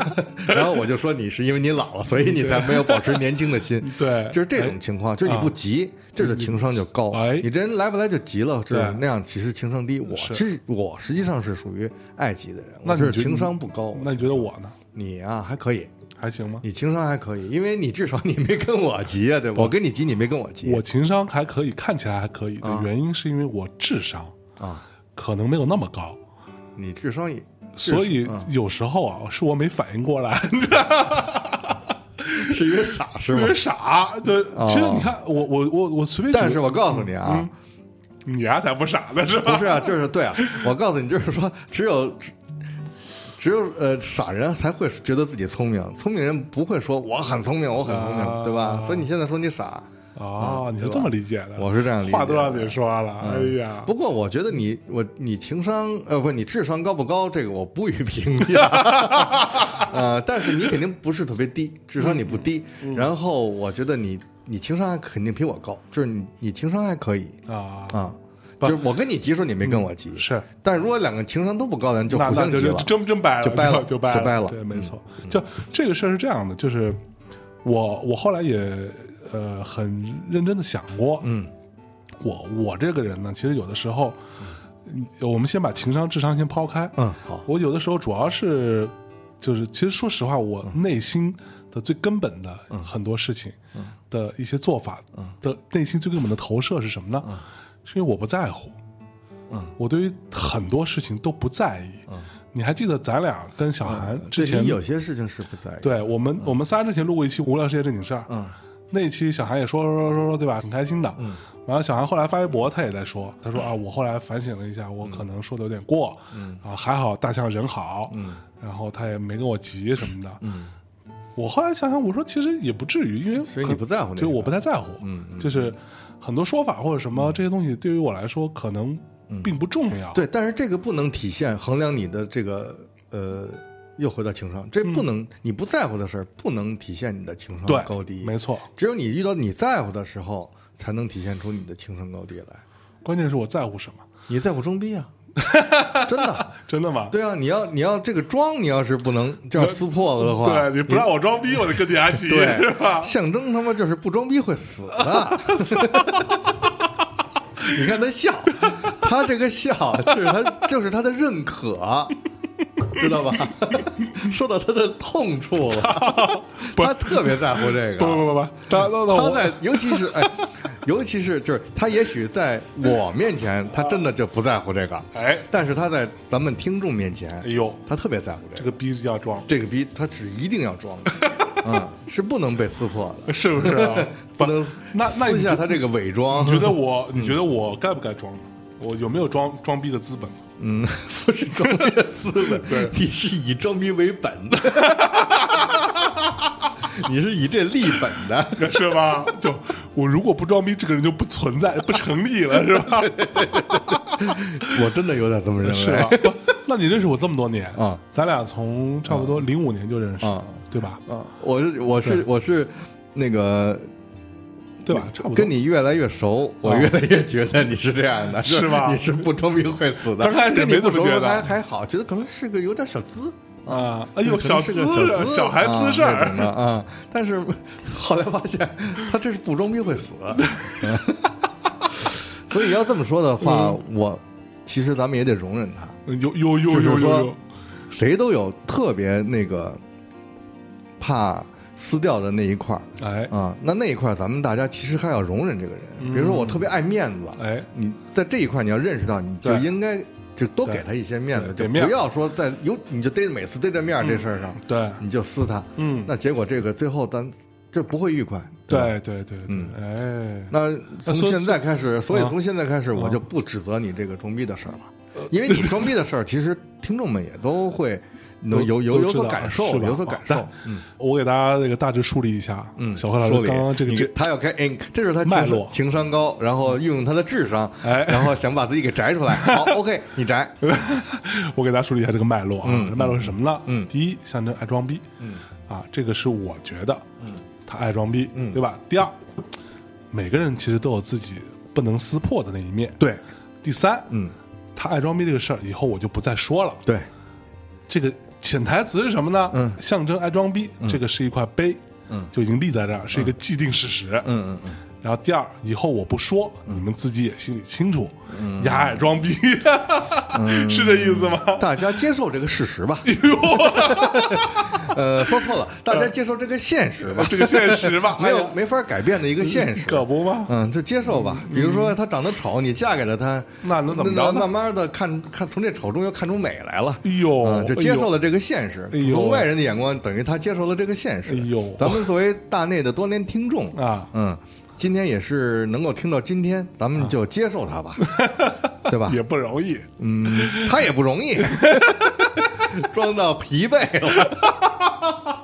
*laughs* 然后我就说你是因为你老了，所以你才没有保持年轻的心。
*laughs* 对啊
就是这种情况，就是你不急，这就情商就高。
哎
你这人来不来就急了，就是
对
那样，其实情商低。我
是
是我实际上是属于爱急的人，
那
我
你
就是
觉得
情商不高。
哦那你觉得我呢？
你啊还可以，
还行吗？
你情商还可以，因为你至少你没跟我急啊，对吧？我跟你急，你没跟我急。啊
我情商还可以，看起来还可以的原因是因为我智商
啊，
可能没有那么高，
你智商嗯也，
所以有时候啊是我没反应过来， *laughs*
是因为傻是
有
吗
点？傻。就
嗯哦
其实你看，我我我我随便举个，
但是我告诉你
嗯
啊，
你丫才不傻呢是
不
吧？
是啊，就是对啊，我告诉你，就是说，只有只只有呃傻人才会觉得自己聪明，聪明人不会说我很聪明，我很聪
啊
明，对吧？所以你现在说你傻，
哦，你是
对吧
这么理解的？
我是这样理解。嗯
话都让你说了，哎呀，
不过我觉得你我你情商呃不你智商高不高这个我不予评
*laughs*
价，呃，但是你肯定不是特别低，智商你不低，
嗯
然后我觉得你你情商还肯定比我高，就是你你情商还可以
啊，
啊，就是我跟你急时候你没跟我急，
是
但是如果两个情商都不高的人就
嗯那
互
那
相
就
急
就
了，
真真掰了，
就掰了
就掰
就掰了嗯
对，没错。就这个事儿是这样的，就是我我后来也呃很认真的想过，
嗯
我我这个人呢，其实有的时候，嗯我们先把情商、智商先抛开，
嗯好
我有的时候主要是就是，其实说实话，我
嗯
内心的最根本的很多事情
嗯
的一些做法的内心最根本的投射是什么呢？是因为我不在乎，
嗯，
我对于很多事情都不在意。你还记得咱俩跟小韩哎之
对
前
嗯你有些事情是不在意，
对我们我们仨之前录过一期《无聊世界正经事儿》，
嗯
那一期小韩也说说说说说，对吧？挺开心的。嗯，然后小韩后来发微博，他也在说，他
嗯
说啊，我后来反省了一下，我可能说的有点过，嗯啊，还好大象人好，嗯，然后他也没跟我急什么的，嗯。我后来想想，我说其实也不至于，因为
所以
可
你不在乎那
对，
个
我不太在乎，
嗯
就是很多说法或者什么这些东西，对于我来说可能并不重要，
嗯对，但是这个不能体现衡量你的这个呃，又回到情商，这不能、你不在乎的事儿，不能体现你的情
嗯
商
对
高低。
没错。
只有你遇到你在乎的时候，才能体现出你的情商高低来。
关键是我在乎什么，
你在乎装
*laughs*
逼啊？真的，
真的吗？
对啊，你要你要这个装，你要是不能这样撕破了的话，
对你不让我装逼，我就跟你阿急，
对
是吧？
象征他妈就是不装逼会死的。 *laughs* 你看他笑，他这个笑就是他就是他的认可，知道吧？ *laughs* 说到他的痛处了，
不是
他特别在乎这
*laughs* 不
个。
不不不，当当当
他
我
在，尤其是哎，尤其是就是他，也许在我面前，他真的就不在乎这个，
哎，
但是他在咱们听众面前
哎，呦，
他特别在乎这
这
个。
个逼要装，
这个逼他是一定要装
*laughs*
的，啊，是不能被撕破的。
是不是、啊？不
不能
那那
撕
你
下
觉
他这个伪装，
*laughs* 你觉得我，你觉得我该不该装呢？我有没有装装逼的资本？
嗯， *laughs* 不是装逼的资本，
*laughs* 对
你是以装逼为本的， *laughs* 你是以这立本
*laughs*
的，
是吧？就我如果不装逼，这个人就不存在，不成立了，是
*laughs*
吧？
我真的有点这么认为。
是啊吧？不那你认识我这么多年
啊
咱俩从差不多零五年就认识
啊，
对吧？
啊，我是我是我是那个。
对吧？差不多。啊
跟你越来越熟，我越来越觉得你是这样的，
是吧
你是不装逼会死的。
刚开始
跟你
没
不
这么
熟
觉得
还还好，觉得可能是个有点小资，
啊，哎呦，
可能
小
是
姿
个小
势，
资
小孩姿势儿
啊那种的啊。 *laughs* 但是后来发现，他这是不装逼会死。所以要这么说的话，我其实咱们也得容忍他。
有有有
就是
有有
说
有，，
谁都有特别那个怕撕掉的那一块儿
哎
啊。那那一块儿，咱们大家其实还要容忍这个人。比如说，我特别爱面子，
哎，
你在这一块你要认识到，你就
对
应该就多给他一些面子，
对
就
给面
不
子
要说在有你就逮着每次逮着面儿这事儿上，
对，
你就撕他，
嗯
那结果这个最后咱这不会愉快，吧。嗯
对对对对，哎，
那从
所以
现在开始，所以
啊呃
从现在开始，我就不指责你这个装逼的事儿了，因为你装逼的事儿，其实听众们也都会能有有
都
有
知
所
道
感
是
受，
吧
有所感受
好。但我给大家这个大致梳理一下，
嗯，
小何老
说
师
理
刚刚这个
你
这
他要开，哎，这是他情
脉
商
络
情商高，然后运用他的智商，
哎
然后想把自己给摘
*laughs*
出来。好，OK，你摘，
我给大家梳理一下这个脉络啊，
嗯
这脉络是什么呢？
嗯
第一，象征爱装逼，
嗯，
啊，这个是我觉得，
嗯，
他爱装逼，
嗯
对吧？第二，每个人其实都有自己不能撕破的那一面。
对，
第三，
嗯，
他爱装逼这个事儿，以后我就不再说了。
对，
这个潜台词是什么呢？
嗯
象征爱装逼，这个是一块碑，
嗯
就已经立在这儿，是一个既定事实。
嗯嗯嗯，
然后第二，以后我不说，你们自己也心里清楚，
嗯
丫爱装逼， *laughs* 是这意思吗？
大家接受这个事
*laughs*
实吧。呃，说错了，大家接受这个现实吧，
这个现实
*laughs*
吧，
没
哎
有
呀
没法改变的一个现
*laughs*
实。
可不吗？
嗯，就接受吧。比如说他长得丑，你嫁给了他，
那能怎么着呢
那慢慢的看看，从这丑中又看出美来了。
哎呦
啊，就接受
了，
了这个现实。
哎呦
从外人的眼光，等于他接受了这个现实。
哎呦
咱们作为大内的多年听众
*laughs* 啊
嗯，今天也是能够听到今天，咱们就接受他吧， *laughs* 对
啊
吧？
也不容易。
嗯，他也不容
*laughs*
易，装到疲惫了，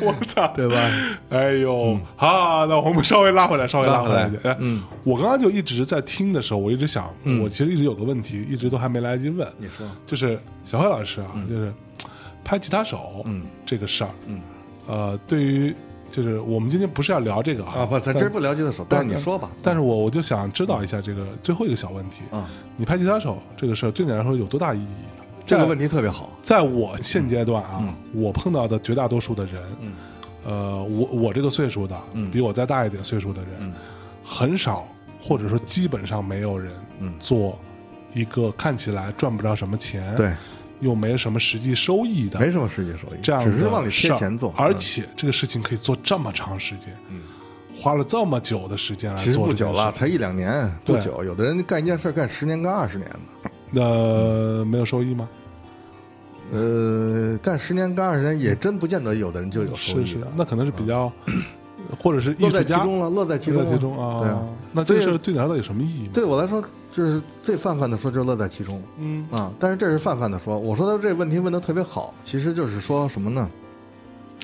我操！
对吧？嗯
哎呦，好，那我们稍微拉回来，稍微拉回
拉
来
回。来
哎
嗯，
我刚刚就一直在听的时候，我一直想，我其实一直有个问题，一直都还没来得及问。
你说，
就是小辉老师啊，
嗯
就是拍吉他手，嗯，这个事儿，嗯，呃，对于就是我们今天不是要聊这个
啊，不，咱
但
真不了解的手，但是你说吧，
但是我我就想知道一下这个最后一个小问题
啊，
你拍吉他手这个事儿对你来说有多大意义呢？
这个
在
问题嗯特别好。
在我现阶段啊，我碰到的绝大多数的人，
嗯
呃，我我这个岁数的，比我再大一点岁数的人，
嗯
很少或者说基本上没有人
嗯
做一个看起来赚不着什么钱，
对，
又没什么实际收益的，
没什么实际收益，
这样
只是
的
往里贴
事儿
钱做，
而
嗯
且这个事情可以做这么长时间，花了这么久的时间来
嗯其实
做，
不久了，。才一两年，不
对
久。有的人干一件事儿干十年、干二十年的，
呃，没有收益吗？
呃，干十年、干二十年也真不见得有的人就有收
是
益
是
的，，
那可能是比较， *clears throat* 或者是艺
乐
术
在其
家，
中了，乐在其中
乐
了，
在其中啊。
对啊，
那这个
所以
事对你来说有什么意义吗？
对我来说，就是最泛泛的说，就是乐在其中
嗯
啊。但是这是泛泛的说，我说的这个问题问的特别好，其实就是说什么呢？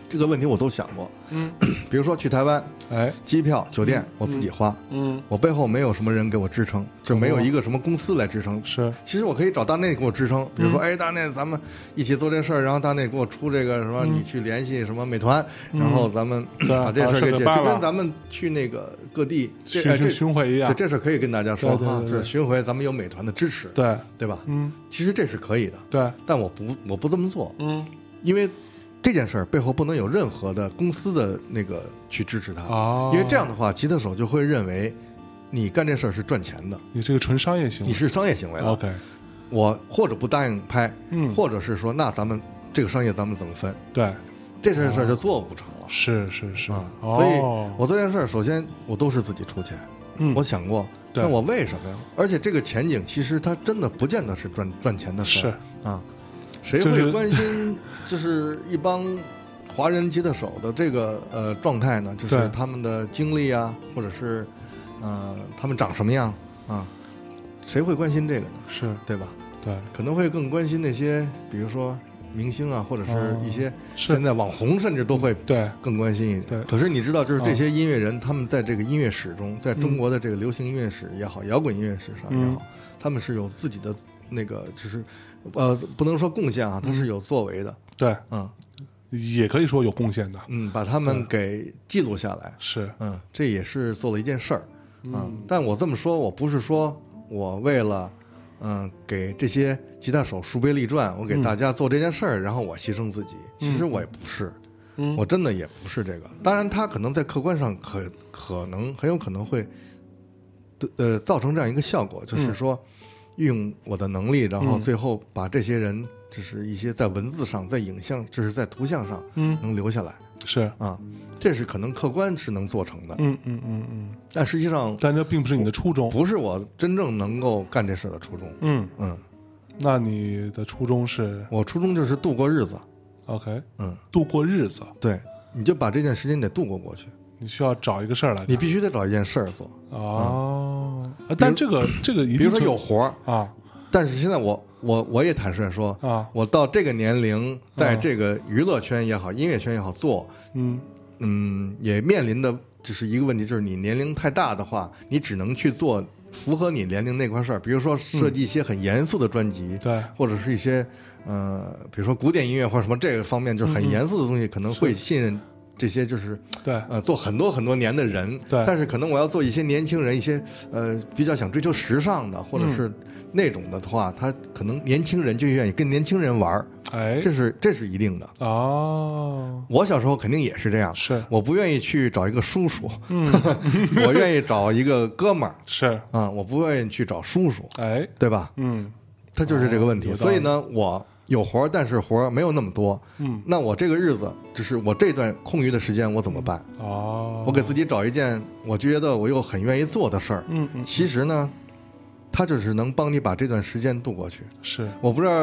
这个问题我都想过，
嗯，
比如说去台湾，
*clears throat* 哎，
机票、酒店我自己花，
嗯，哦
我背后没有什么人给我支撑，就没有一个什么公司来支撑，
是，
其实我可以找大内给我支
嗯
撑，比如说，哎，大内，咱们一起做这事儿，然后大内给我出这个什么，你去联系什么美团，然后咱们
嗯对啊
把这事儿给解，
把事儿给办
就
了
跟咱们去那个各地这
巡
哎这
巡巡回一
对
样，
这事儿可以跟大家说
对对
啊，
对
就是巡回，咱们有美团的支持，
对，
对吧？
嗯，
其实这是可以的，
对，
但我不我不这么做，
嗯
因为这件事儿背后不能有任何的公司的那个去支持它，
哦，
因为这样的话，吉他手就会认为你干这事儿是赚钱的，
你这个纯商业行
你
为
是商业行为了。
，OK，
我或者不答应拍，
嗯
或者是说那咱们这个商业咱们怎么分，
对，
这件事儿就做不成了、
是是是，
啊。
哦
所以我做这件事儿，首先我都是自己出钱，
嗯
我想过，
对
那我为什么呀？而且这个前景其实它真的不见得是赚赚钱的事儿啊，谁
就
会
是
关心就是一帮。华人吉他手的这个呃状态呢，就
对
是他们的经历啊，或者是，呃，他们长什么样啊？谁会关心这个呢？
是，
对吧？
对，
可能会更关心那些，比如说明星啊，或者
哦
是一些
是
现在网红，甚至都会
对，
更关心一点。
对
可是你知道，就是这些音乐人，他们在这个音乐史中，在中国的这个流行音乐史也好，摇滚音乐史上也好，他们是有自己的那个，就是呃，不能说贡献啊，他是有作为的。
对，
嗯
也可以说有贡献的，
嗯，把他们给记录下来，
是，
嗯，这也是做了一件事儿啊、但我这么说，我不是说我为了嗯、给这些吉他手树碑立传，我给大家做这件事儿，然后我牺牲自己。其实我也不是，
嗯
我真的也不是这个。当然，他可能在客观上可可能很有可能会呃造成这样一个效果，就是说运用我的能力，然后最后把这些人。就是一些在文字上、在影像，就是在图像上，
嗯
能留下来
是，
啊，这是可能客观是能做成的。
嗯嗯嗯嗯，
但实际上
但这并不是你的初衷，
不是我真正能够干这事儿的初衷。
嗯，
嗯，
那你的初衷是
我初衷就是度过日子。
OK，
嗯，
度过日子，
对，你就把这件事情得度过过去，
你需要找一个事儿来干，
你必须得找一件事儿做。
哦，呃但这个这个一
比
定
如说
程
有活儿，
啊
但是现在我我我也坦率说，
啊，
我到这个年龄，在
嗯
这个娱乐圈也好，音乐圈也好做，
嗯，
嗯，也面临的就是一个问题，就是你年龄太大的话，你只能去做符合你年龄那块事儿，比如说设计一些很严肃的专辑，
对，
或者是一些呃，比如说古典音乐或者什么这个方面，就是很严肃的东西，可能会信任这些就是
对
呃做很多很多年的人，
对
但是可能我要做一些年轻人，一些呃比较想追求时尚的
嗯
或者是那种的话，他可能年轻人就愿意跟年轻人玩儿，
哎
这是这是一定的。
哦，
我小时候肯定也是这样，
是
我不愿意去找一个叔叔，
嗯
*laughs* 我愿意找一个哥们儿
是
啊、我不愿意去找叔叔，
哎
对吧？
嗯
他就是这个问题。
有道理
所以呢，我有活儿，但是活儿没有那么多。
嗯
那我这个日子，就是我这段空余的时间，我怎么办？
哦，
我给自己找一件我觉得我又很愿意做的事儿。
嗯嗯
其实呢，它就是能帮你把这段时间度过去。
是
我不知道，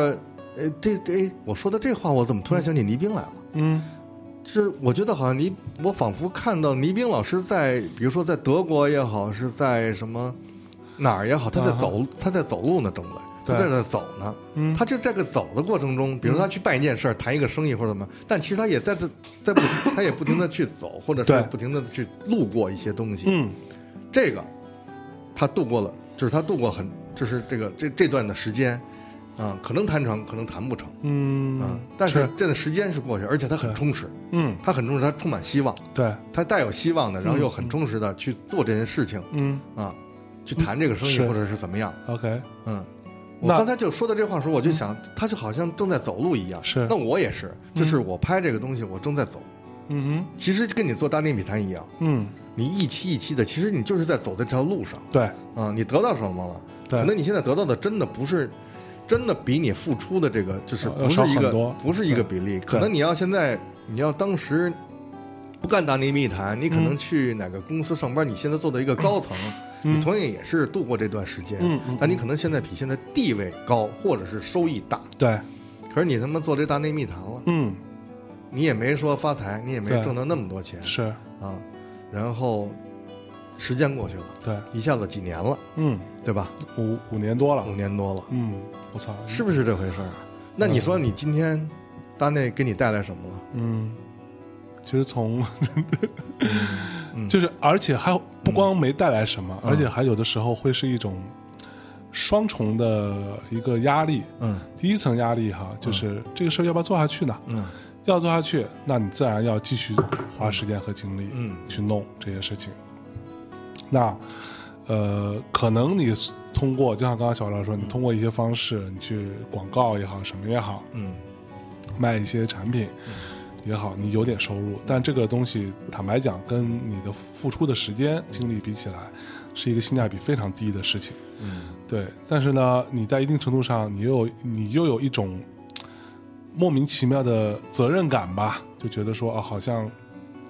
呃，这这，我说的这话，我怎么突然想起倪兵来了？
嗯
就是我觉得好像倪，我仿佛看到倪兵老师在，比如说在德国也好，是在什么哪儿也好，他在
啊哈
走，他在走路呢，正在，他在
对
这走呢。
嗯
他就这个走的过程中，比如他去办一件事儿、谈一个生意或者怎么，但其实他也在这，在不，他也不停的去走，或者
对
是不停的去路过一些东西。
嗯
这个他度过了，就是他度过很，就是这个这这段的时间，啊、可能谈成，可能谈不成，
嗯
啊、但是
是
这段时间是过去，而且他很
对
充实，
嗯
他很充实，他充满希望，
对
他带有希望的，然后又很充实的去做这件事情
嗯
啊、去谈这个生意
是
或者是怎么样。
OK
嗯，我
那嗯
刚才就说到这话的时候，我就想，他就好像正在走路一样。
是
那我也是，就是我拍这个东西，我正在走。
嗯哼
其实跟你做大内密谈一样，
嗯
你一期一期的，其实你就是在走在这条路上
对
啊。你得到什么了？
对
可能你现在得到的真的不是，真的比你付出的这个就是
呃
不是
少
一
很
个
多
不是一个比例。可能你要现在你要当时不干大内密谈，你可
嗯
能去哪个公司上班，你现在做的一个高层。你同样也是度过这段时间，
嗯嗯
但你可能现在比现在地位高，或者是收益大，
对
可是你他妈做这大内密谈了，
嗯
你也没说发财，你也没
对
挣到那么多钱
嗯是
啊。然后时间过去了，
对
一下子几年了，
嗯
对吧？
五五年多
五
了
年多了，
嗯我操
是不是这回事儿啊？那你说你今天大内给你带来什么了？
嗯，其实从
嗯
*laughs* 就是，而且还有不光没带来什么，
嗯
而且还有的时候会是一种双重的一个压力。
嗯
第一层压力哈，就是这个事儿要不要做下去呢？
嗯
要做下去，那你自然要继续花时间和精力
嗯
去弄这些事情。那呃，可能你通过，就像刚刚小老说，你通过一些方式，你去广告也好，什么也好，
嗯
卖一些产品也好，你有点收入，但这个东西坦白讲，跟你的付出的时间精力比起来，是一个性价比非常低的事情。
嗯
对，但是呢，你在一定程度上，你又有你又有一种莫名其妙的责任感吧，就觉得说啊，好像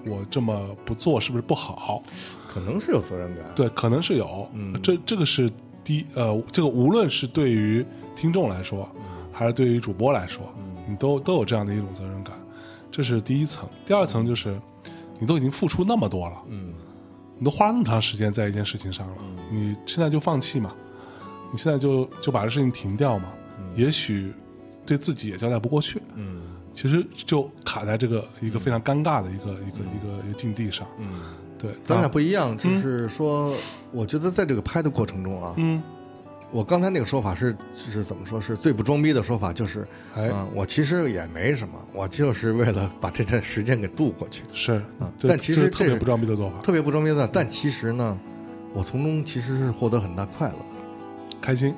我这么不做是不是不好？
嗯可能是有责任感。
对，可能是有，
嗯
这这个是第呃，这个无论是对于听众来说，
嗯
还是对于主播来说，你都都有这样的一种责任感，这是第一层。第二层就是，你都已经付出那么多了，
嗯
你都花那么长时间在一件事情上了，你现在就放弃嘛？你现在就就把这事情停掉嘛？也许对自己也交代不过去，
嗯
其实就卡在这个一个非常尴尬的一个一个一个一个境地上。
嗯，
对，
咱俩
啊
不一样，就是说，我觉得在这个拍的过程中啊，
嗯，
我刚才那个说法是是怎么说？是最不装逼的说法，就是，
哎
嗯、我其实也没什么，我就是为了把这段时间给度过去，
是
啊，
这
但其
这
实
是特别
这
不装逼的做法，
特别不装逼的。但其实呢，我从中其实是获得很大快乐。
开心，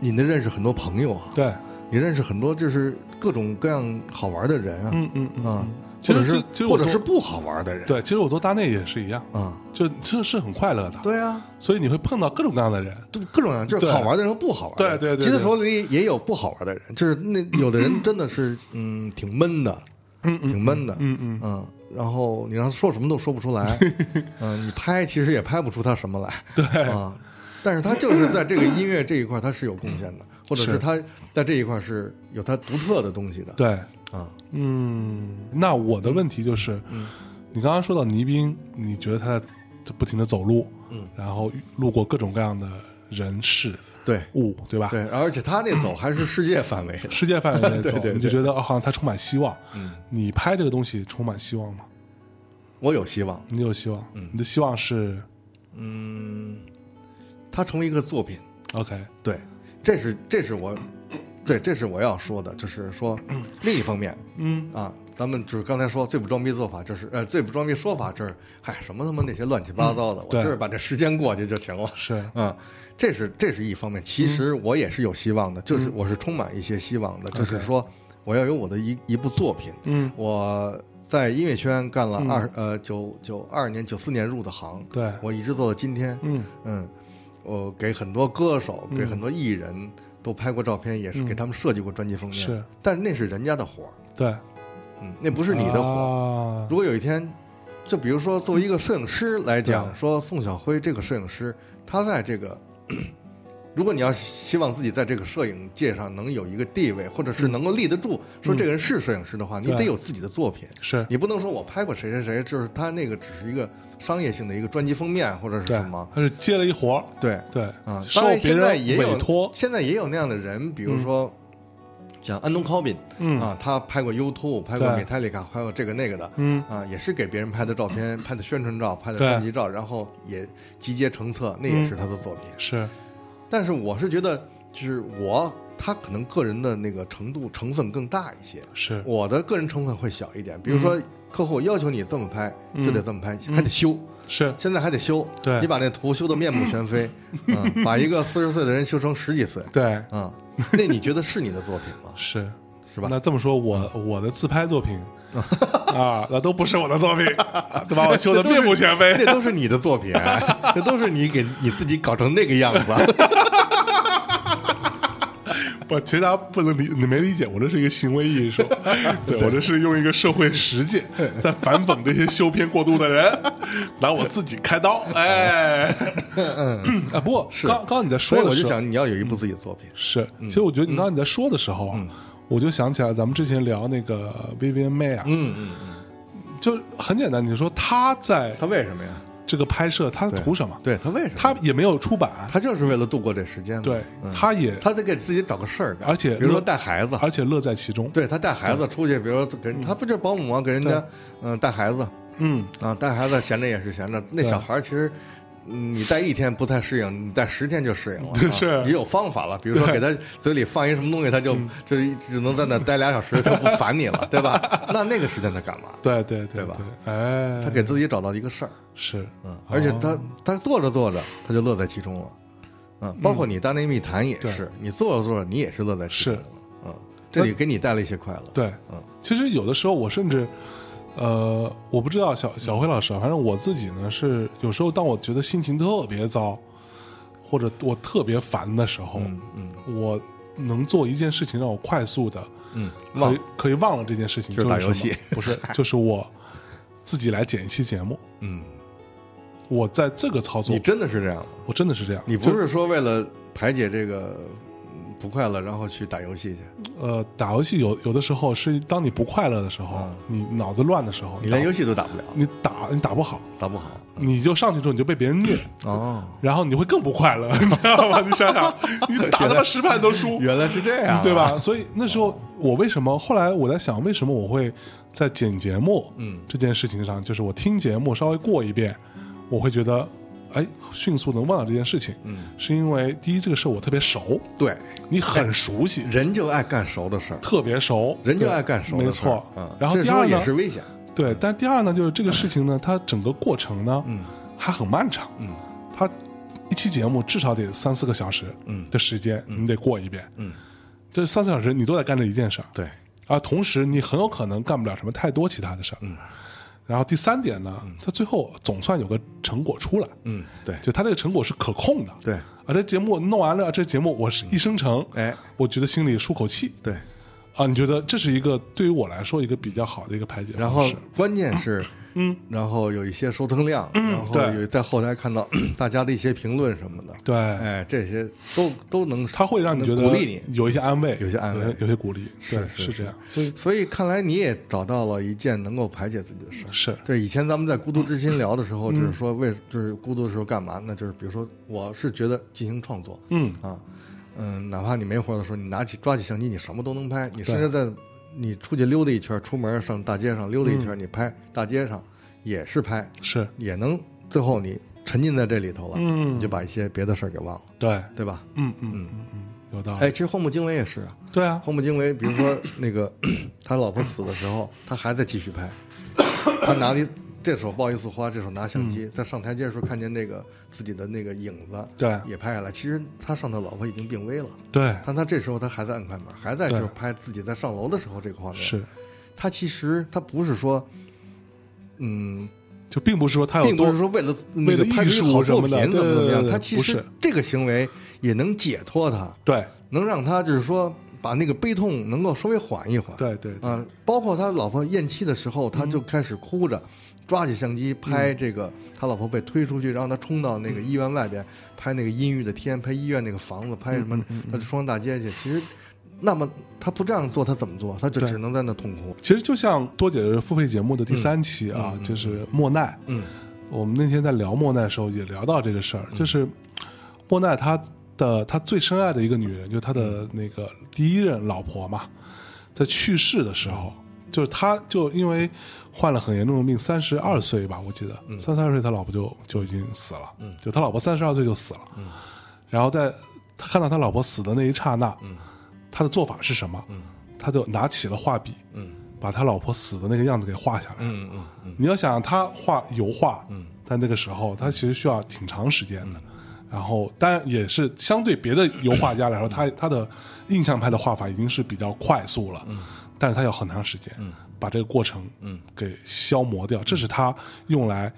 你能认识很多朋友啊，
对，
你认识很多就是各种各样好玩的人啊，
嗯嗯嗯
啊
嗯，其
或者
实
是
这其实
或
我
者
做
是不好玩的人，
对，其实我做大内也是一样，
啊，
就这是很快乐的，
对啊，
所以你会碰到各种各样的人，
就各种各样，就是
对
好玩的人和不好玩的人。
对对对对
其实手里也有不好玩的人，就是那有的人真的是嗯挺闷的，
嗯
挺闷的，
嗯嗯，
嗯，然后你让他说什么都说不
*laughs*
出来，嗯，你拍其实也拍不出他什么来，对啊，但是他就是在这个音乐这一块他是有贡献的，或者是
是
他在这一块是有他独特的东西的，
对，
啊，
嗯，那我的问题就是，
嗯
你刚刚说到倪斌，你觉得他在不停的走路，
嗯，
然后路过各种各样的人事
对
物，对吧？
对，而且他那走还是世界范围的，
世界范围
*laughs*
内走，
对对对
你就觉得哦，好像他充满希望。
嗯，
你拍这个东西充满希望吗？
我有希望，
你有希望？你的希望是
嗯，他成为一个作品，
OK，
对，
*clears throat*
这是这是我，对，这是我要说的，就是说另一方面
嗯
啊，咱们就是刚才说最不装逼做法，这是呃最不装逼说法，这是嗨什么他妈那些乱七八糟的，我
嗯对
就是把这时间过去就行了。
是
嗯，这是这是一方面。其实
嗯
我也是有希望的，就是我是充满一些希望的，就是说我要有我的一一部作品。
嗯，
我在音乐圈干了二、呃九九二年九四年入的行，
对
我一直做到今天。
嗯
嗯，我给很多歌手、给很多艺人都拍过照片，也是给他们设计过专辑封面。
嗯是，
但是那是人家的活儿，
对，
嗯，那不是你的活儿。
啊
如果有一天，就比如说作为一个摄影师来讲，
对
说宋晓辉这个摄影师，他在这个， *clears throat* 如果你要希望自己在这个摄影界上能有一个地位，或者是能够立得住，说这个人是摄影师的话，你
嗯对
得有自己的作品。
是
你不能说我拍过谁谁谁，就是他那个只是一个商业性的一个专辑封面或者是
对
什么，，
他是接了一活儿，
对
对
啊。
受
当然
别
现在
人
也有
委托，
现在也有那样的人，比如说像安东·考宾
嗯
啊，他拍过 U2，拍过
对
Metallica，拍过这个那个的，
嗯，
啊，也是给别人拍的照片、拍的宣传照、拍的
对嗯
专辑照，然后也集结成册，那也是他的作品。
是
但是我是觉得，就是我他可能个人的那个程度成分更大一些，
是嗯
我的个人成分会小一点。比如说，客户要求你这么拍，就得这么拍，还得修，
是，
现在还得修。
对
你把那图修得面目
*laughs*
全非，嗯，把一个四十岁的人修成十几岁，
对
啊，那你觉得是你的作品吗？
是。
是吧嗯
那这么说，我我的自拍作品啊， *laughs* 那都不是我的
*laughs*
作品，啊都把我 *laughs* 修的面目全非。
这 *laughs* 都是你的作品，这都是你给你自己搞成那个样子。啊
不，其实大家不能理，你没理解，我这是一个行为艺
*laughs*
术，对我这是用一个社会实践在反讽这些修偏过度的
*laughs*
人，拿我自己开刀，哎，啊，不过刚刚你在
嗯
*laughs*
所
说嗯
以我
的
就
时候，
想，你要有一部自己的作品。
是，其实我觉得你刚刚你在说的时候
嗯
啊，我就想起来咱们之前聊那个 Vivian May 啊，
嗯嗯嗯，
就很简单，你说她在
他为什么呀？
这个拍摄，她图什么？
对他为什么？
她也没有出版，
他就是为了度过这时间嘛。
对
嗯，
她也，
他得给自己找个事儿干，
而且
比如说带孩子，
而且乐在其中，
对他带孩子出去，比如说给人他不就是保姆吗？给人家嗯带孩子
嗯，
啊，带孩子闲着也是闲着，那
对
小孩儿其实。嗯你带一天不太适应，你带十天就
*laughs*
适应了，啊
是
也有方法了。比如说给他嘴里放一什么东西，他就
嗯
就只能在那待俩小时，他不烦你了，对吧？那那个时间他干嘛？
对对对
对吧？
哎，
他给自己找到一个事儿，
是，
嗯，而且
哦
他他做着做着他就乐在其中了，嗯，包括你大内密谈也是，你做着做着你也是乐在其中了，嗯，这里给你带了一些快乐，
对，
嗯，
其实有的时候我甚至，呃，我不知道
嗯
小小辉老师啊，反正我自己呢是有时候，当我觉得心情特别糟，或者我特别烦的时候，
嗯嗯
我能做一件事情让我快速的
嗯，
可
忘
以可以忘了这件事情，
就是
是
打
什
游戏
么，不
*laughs*
是，就是我自己来剪一期节目。
嗯，
我在这个操作
你，真的是这样吗？
我真的是这样，
你
就
不是说为了排解这个嗯不快乐，然后去打游戏去？
呃打游戏有有的时候是当你不快乐的时候，你脑子乱的时候，
嗯你连
打
游戏都嗯打不了，
你打你打不好，
打不好
你就上去之后你就被别人
*laughs*
虐。
哦，
然后你会更不快乐，你知道吗？你想想，你打他妈十盘都
*laughs*
输，
原来是这样，啊
对？吧？所以那时候我为什么后来我在想，为什么我会在剪节目
嗯
这件事情上，就是我听节目稍微过一遍，我会觉得，哎，迅速能忘掉这件事情，
嗯，
是因为第一这个事儿我特别熟，
对，
你很熟悉，
人就爱干熟的事儿，
特别熟，
人就
对
爱干熟
没
的事儿，
错
嗯。
然后
这
第
时候
二
也
呢
是，危险，
对，但第二呢，就是这个事情呢，它整个过程呢，
嗯
还很漫长，
嗯
它一期节目至少得三四个小时
嗯
的时间，你得过一遍。
嗯，
这三四小时你都在干这一件事儿，
对，
啊，同时你很有可能干不了什么太多其他的事儿。嗯，然后第三点呢，它最后总算有个成果出来，
嗯对
就它这个成果是可控的。
对，
啊，这节目弄完了，这节目我是一生成，
哎，
我觉得心里舒口气
对。
啊。你觉得这是一个对于我来说一个比较好的一个排解
然
方
后
式？
关键是，嗯，然后有一些收听量，然后
嗯对
有在后台看到 *coughs* 大家的一些评论什么的，
对，
哎，这些都都能，
它会让你觉得
能鼓励你，
有一些安慰，
有些安慰
有有些鼓励，对，是
是
这样。所以
所以看来你也找到了一件能够排解自己的事儿。
是
对，以前咱们在孤独之心聊的时
嗯
候，就是说为就是孤独的时候干嘛？那就是比如说，我是觉得进行创作
嗯，
啊，嗯，哪怕你没活的时候，你拿起抓起相机，你什么都能拍。你甚至在你出去溜达一圈，出门上大街上溜达一
嗯
圈，你拍大街上也是拍，
是
也能最后你沉浸在这里头了，
嗯
你就把一些别的事儿给忘了，
对，
对吧？
嗯嗯嗯嗯，有道理。
哎，其实荒木经惟也是啊，
对啊，
荒木经惟，比如说那个他老婆死的时候，他还在继续拍，他拿了一这手抱一束花，这手拿相
嗯
机，在上台阶的时候看见那个自己的那个影子，
对
也拍下来。其实他上头老婆已经病危了，
对
但他这时候他还在按快门，还在
对
就是拍自己在上楼的时候这个画面。，
是，
他其实他不是说，嗯，
就并不是说他有
并不
多
是说为了
为了
那个拍出
艺术
一个好作
什么的
品怎么怎么
对对
样，
对
他其
不
实
是
这个行为也能解脱他。
对
能让他就是说把那个悲痛能够稍微缓一缓。
对对对嗯
啊，包括他老婆咽气的时候，他就开始哭着，抓起相机拍这个他老婆被推出去，然后他冲到
嗯
那个医院外边拍那个阴郁的天，拍医院那个房子，拍
嗯
什么，他就冲上大街去。其实，那么他不这样做，他怎么做？他就
对
只能在那痛哭。
其实就像多姐的付费节目的第三期啊，就是莫奈。
嗯，
我们那天在聊莫奈的时候也聊到这个事儿，就是莫奈他的他最深爱的一个女人，就是他的
嗯
那个第一任老婆嘛，在去世的时候，就是他就因为患了很严重的病，三十
嗯
二岁吧，我记得三十二岁他老婆就就已经死了，
嗯
就他老婆三十二岁就死了，然后在他看到他老婆死的那一刹那，
嗯
他的做法是什么？他就拿起了画笔，
嗯
把他老婆死的那个样子给画下来。
嗯嗯嗯，
你要想他画油画，在那个时候他其实需要挺长时间的。
嗯
然后，当然也是相对别的油画家来说，他他的印象派的画法已经是比较快速了，
嗯
但是他要很长时间，把这个过程给消磨掉，这是他用来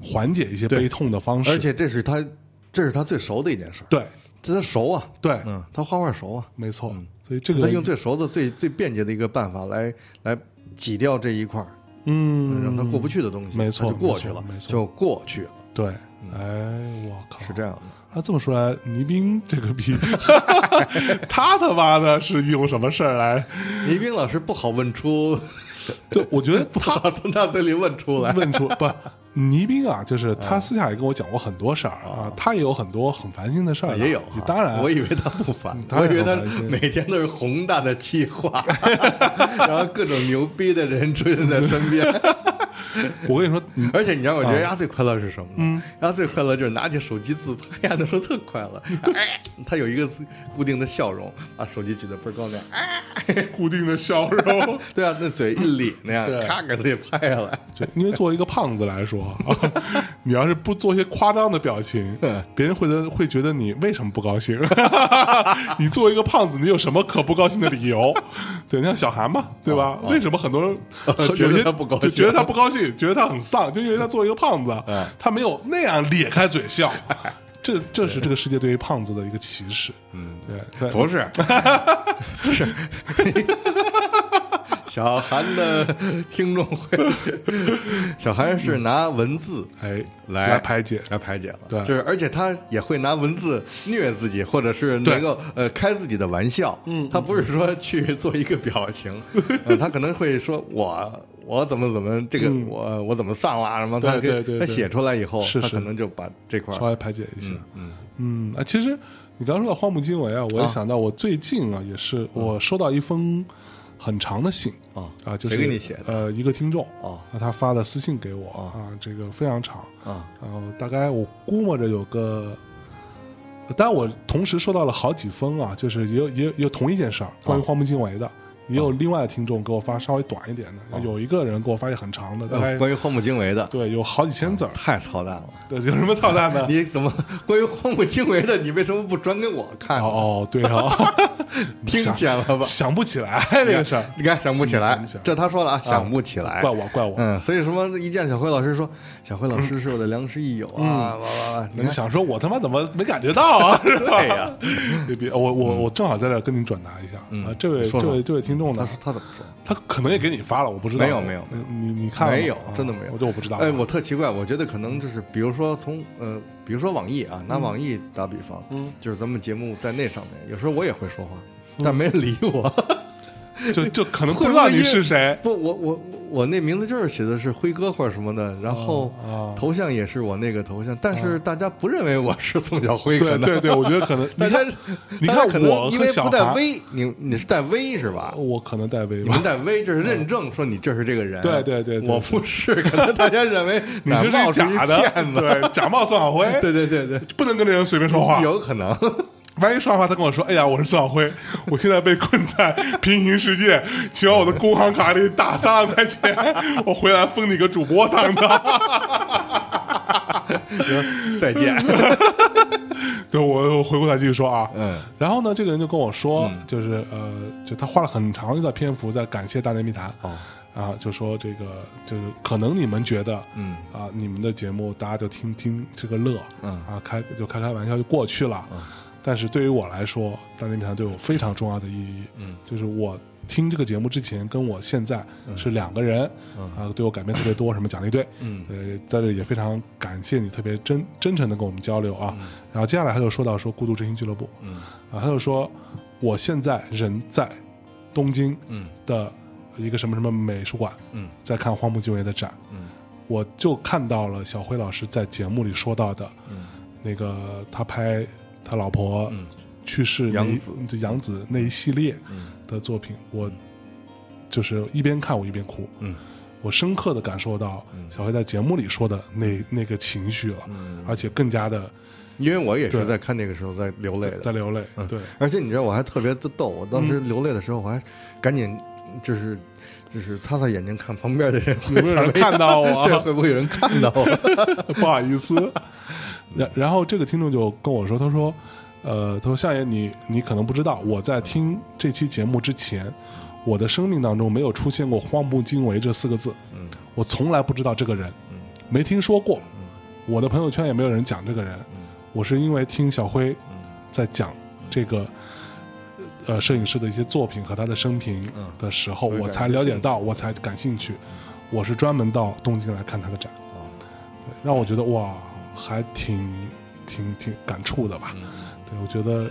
缓解一些
对
悲痛的方式。
而且这是他，这是他最熟的一件事儿。
对
这他熟啊，
对，
嗯，他画画熟啊，
没错，所以这
他
个
用最熟的、最最便捷的一个办法来来挤掉这一块儿。
嗯，
让他过不去的东西，
没错
他就过去了
没错没，错
就过去了，
对，
嗯
哎，我靠，
是这样的。
那啊这么说来，倪斌这个逼， *laughs* 他他妈的是用什么事儿来？
倪兵老师不好问出，
*laughs* 对，我觉得
不好从他嘴里问出来。
问 *laughs* 出不，倪斌啊，就是他私下也跟我讲过很多事儿啊，他也有很多很烦心的事儿的，
也有啊，
当然
我以为他不烦，
*laughs* 当
我
然
以为他
很烦心
每天都是宏大的计划， *laughs* 然后各种牛逼的人出现在身边。
*laughs* 我 *laughs* 跟你说，嗯
而且你让我觉得丫最快乐是什么呢？丫最快乐就是拿起手机自拍，丫那时候特快
*laughs*
乐。哎，他有一个固定的笑容，把手机举得倍儿高那样。哎，
固定的笑容，
对啊，那嘴一咧那样
对，
咔给他给拍下来。
对，因为作为一个胖子来说， *laughs* 啊，你要是不做一些夸张的表情，别人会觉得会觉得你为什么不高兴？ *laughs* 你作为一个胖子，你有什么可不高兴的理由？ *laughs* 对，你像小韩嘛，对吧？为什么很多人
哦 *laughs* 觉
有
得
些
他不高
就
兴嗯
觉得他不高兴，觉得他很丧，就因为他作为一个胖子，他没有那样咧开嘴
*laughs*
笑。这这是这个世界对于胖子的一个歧视。嗯， *laughs* 对，对
不是，不 *laughs* 是， *laughs* 小韩的听众会， *laughs* 小韩是拿文字
哎，
来
来排解。
来排解了，
对
就是而且他也会拿文字虐自己，或者是能够呃开自己的玩笑，嗯，他不是说去做一个
*laughs*
表情，呃他可能会说我。我怎么怎么这个我我怎么丧啦什么？他
嗯对
可以
对对
他
对
写出来以后，
是
他
是
可能就把这块儿
稍微排解一下。嗯啊，其实你刚说到荒木经惟啊，我也想到我最近啊，也是我收到一封很长的信
啊
啊，就是
谁给你写的
呃，一个听众
哦
啊，他发的私信给我啊，这个非常长，
啊
然后大概我估摸着有个。但我同时收到了好几封啊，就是也有也有也有同一件事儿，
啊
关于荒木经惟的，也有另外的听众给我发稍微短一点的，有一个人给我发一个很长的，大概
啊呃关于啊荒木经惟的
对有好几千字儿，
太操蛋了。
对，有什么操蛋的？
*laughs* 你怎么关于荒木经惟的，你为什么不转给我看？
哦哦，对
*laughs*
哦，
听见了吧？
想不起来这个事儿，
你看想不起来
嗯想不起来，
这他说了啊，想不起来
怪。我怪我。
嗯，所以什么一见小辉老师说，小辉老师是我的良师益友啊，哇哇哇！
那你
你看，
嗯想说，我他妈怎么没感觉到啊？ *laughs* 是吧
对呀，
别别，我我我正好在这儿跟您转达一下啊，这位
嗯说
这
说
位这位听众
他
呢
说，他怎么说？
他可能也给你发了，我不知道。
没有没有没
你你看了吗
没有
啊，
真的没有，
我就我不知道。
哎，我特奇怪，我觉得可能就是，比如说从呃，比如说网易啊，
嗯
拿网易打比方，嗯，就是咱们节目在那上面，有时候我也会说话，
嗯
但没人理
*laughs*
我。
就就可能不
*laughs* 会
知
不
道
会
你
因
是谁。
不，我我我那名字就是写的是辉哥或者什么的，然后
哦哦哦
头像也是我那个头像，但是大家不认为我是宋小辉，可
对
能
对对，我觉得可
*laughs*
能
大
你
家
看你看
大家可能
我
因
和
为
小
不带
韩，
V，你你是带 V 是吧？
我可能戴微
你
吧
们。带 V 就是认证说你就是这个人，
嗯对对对对
我不是，可能大家认为
*laughs* 你这
哪冒
是
出一
假的，
骗子，
对，假冒宋晓辉，
*laughs* 对对对对，
不能跟这人随便说话。
有可能，
万一说完话，他跟我说：“哎呀，我是孙晓辉，我现在被困在平行世界，请往我的工行卡里打三万块钱，我回来封你个主播当当。*laughs*
再见。
对”我我回过来继续说啊，
嗯
然后呢，这个人就跟我说，就是呃，就他花了很长一段篇幅在感谢《大内密谈》
哦
啊，就说这个就是可能你们觉得，
嗯
啊，你们的节目大家就听听这个乐，
嗯
啊，开就开开玩笑就过去了。但是对于我来说，《大内密谈》对我非常重要的意义，嗯，就是我听这个节目之前跟我现在是两个人，啊，对我改变特别多，什么奖励队，
嗯
呃，在这里也非常感谢你特别真真诚的跟我们交流啊。然后接下来他就说到说《孤独之心俱乐部》，
嗯
啊，他就说我现在人在东京
嗯
的一个什么什么美术馆，
嗯
在看荒木经惟的展，
嗯
我就看到了小辉老师在节目里说到的，
嗯
那个他拍他老婆
嗯
去世那一
杨紫
就杨紫那一系列
嗯
的作品，我就是一边看我一边哭，
嗯
我深刻的感受到小辉在节目里说的那那个情绪
嗯
了，而且更加的
因为我也是
对
在看那个时候在流泪的，嗯
在流泪，
*laughs*
对，
而且你知道，我还特别的逗，我当时流泪的时候，我还赶紧就是就是擦擦眼睛，看旁边的人
有没有人看到我啊
*laughs* 对，会不会有人看到我？
*laughs* 不好意思。然然后这个听众就跟我说，他说，呃，他说夏爷你你可能不知道，我在听这期节目之前，我的生命当中没有出现过荒木经惟这四个字，
嗯
我从来不知道这个人，
嗯
没听说过，我的朋友圈也没有人讲这个人，我是因为听小辉在讲这个。呃，摄影师的一些作品和他的生平
嗯
的时候，
所以
我
感
才
兴
了解
趣
到，我才感兴趣。我是专门到东京来看他的展。
哦
让我觉得哇，还挺挺挺感触的吧。对，我觉得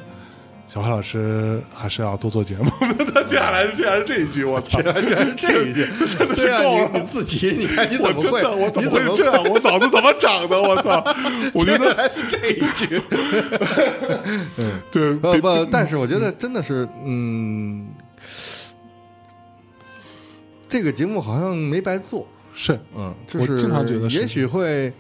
小黑老师还是要多做
*laughs*
节目。他接下来是这样是这一句，我操！
这一句真
的是够了
你你自己，你看 *laughs* 你怎
我
么
真
会？
的，我怎
你
么
怎
会这样？我脑子怎么长的？我
*laughs*
操！我觉得
还是这一句？
对，
不
比
不，但是我觉得真的是，嗯，这个节目好像没白做。
是
嗯，就
我
是
经常觉得是
也许会，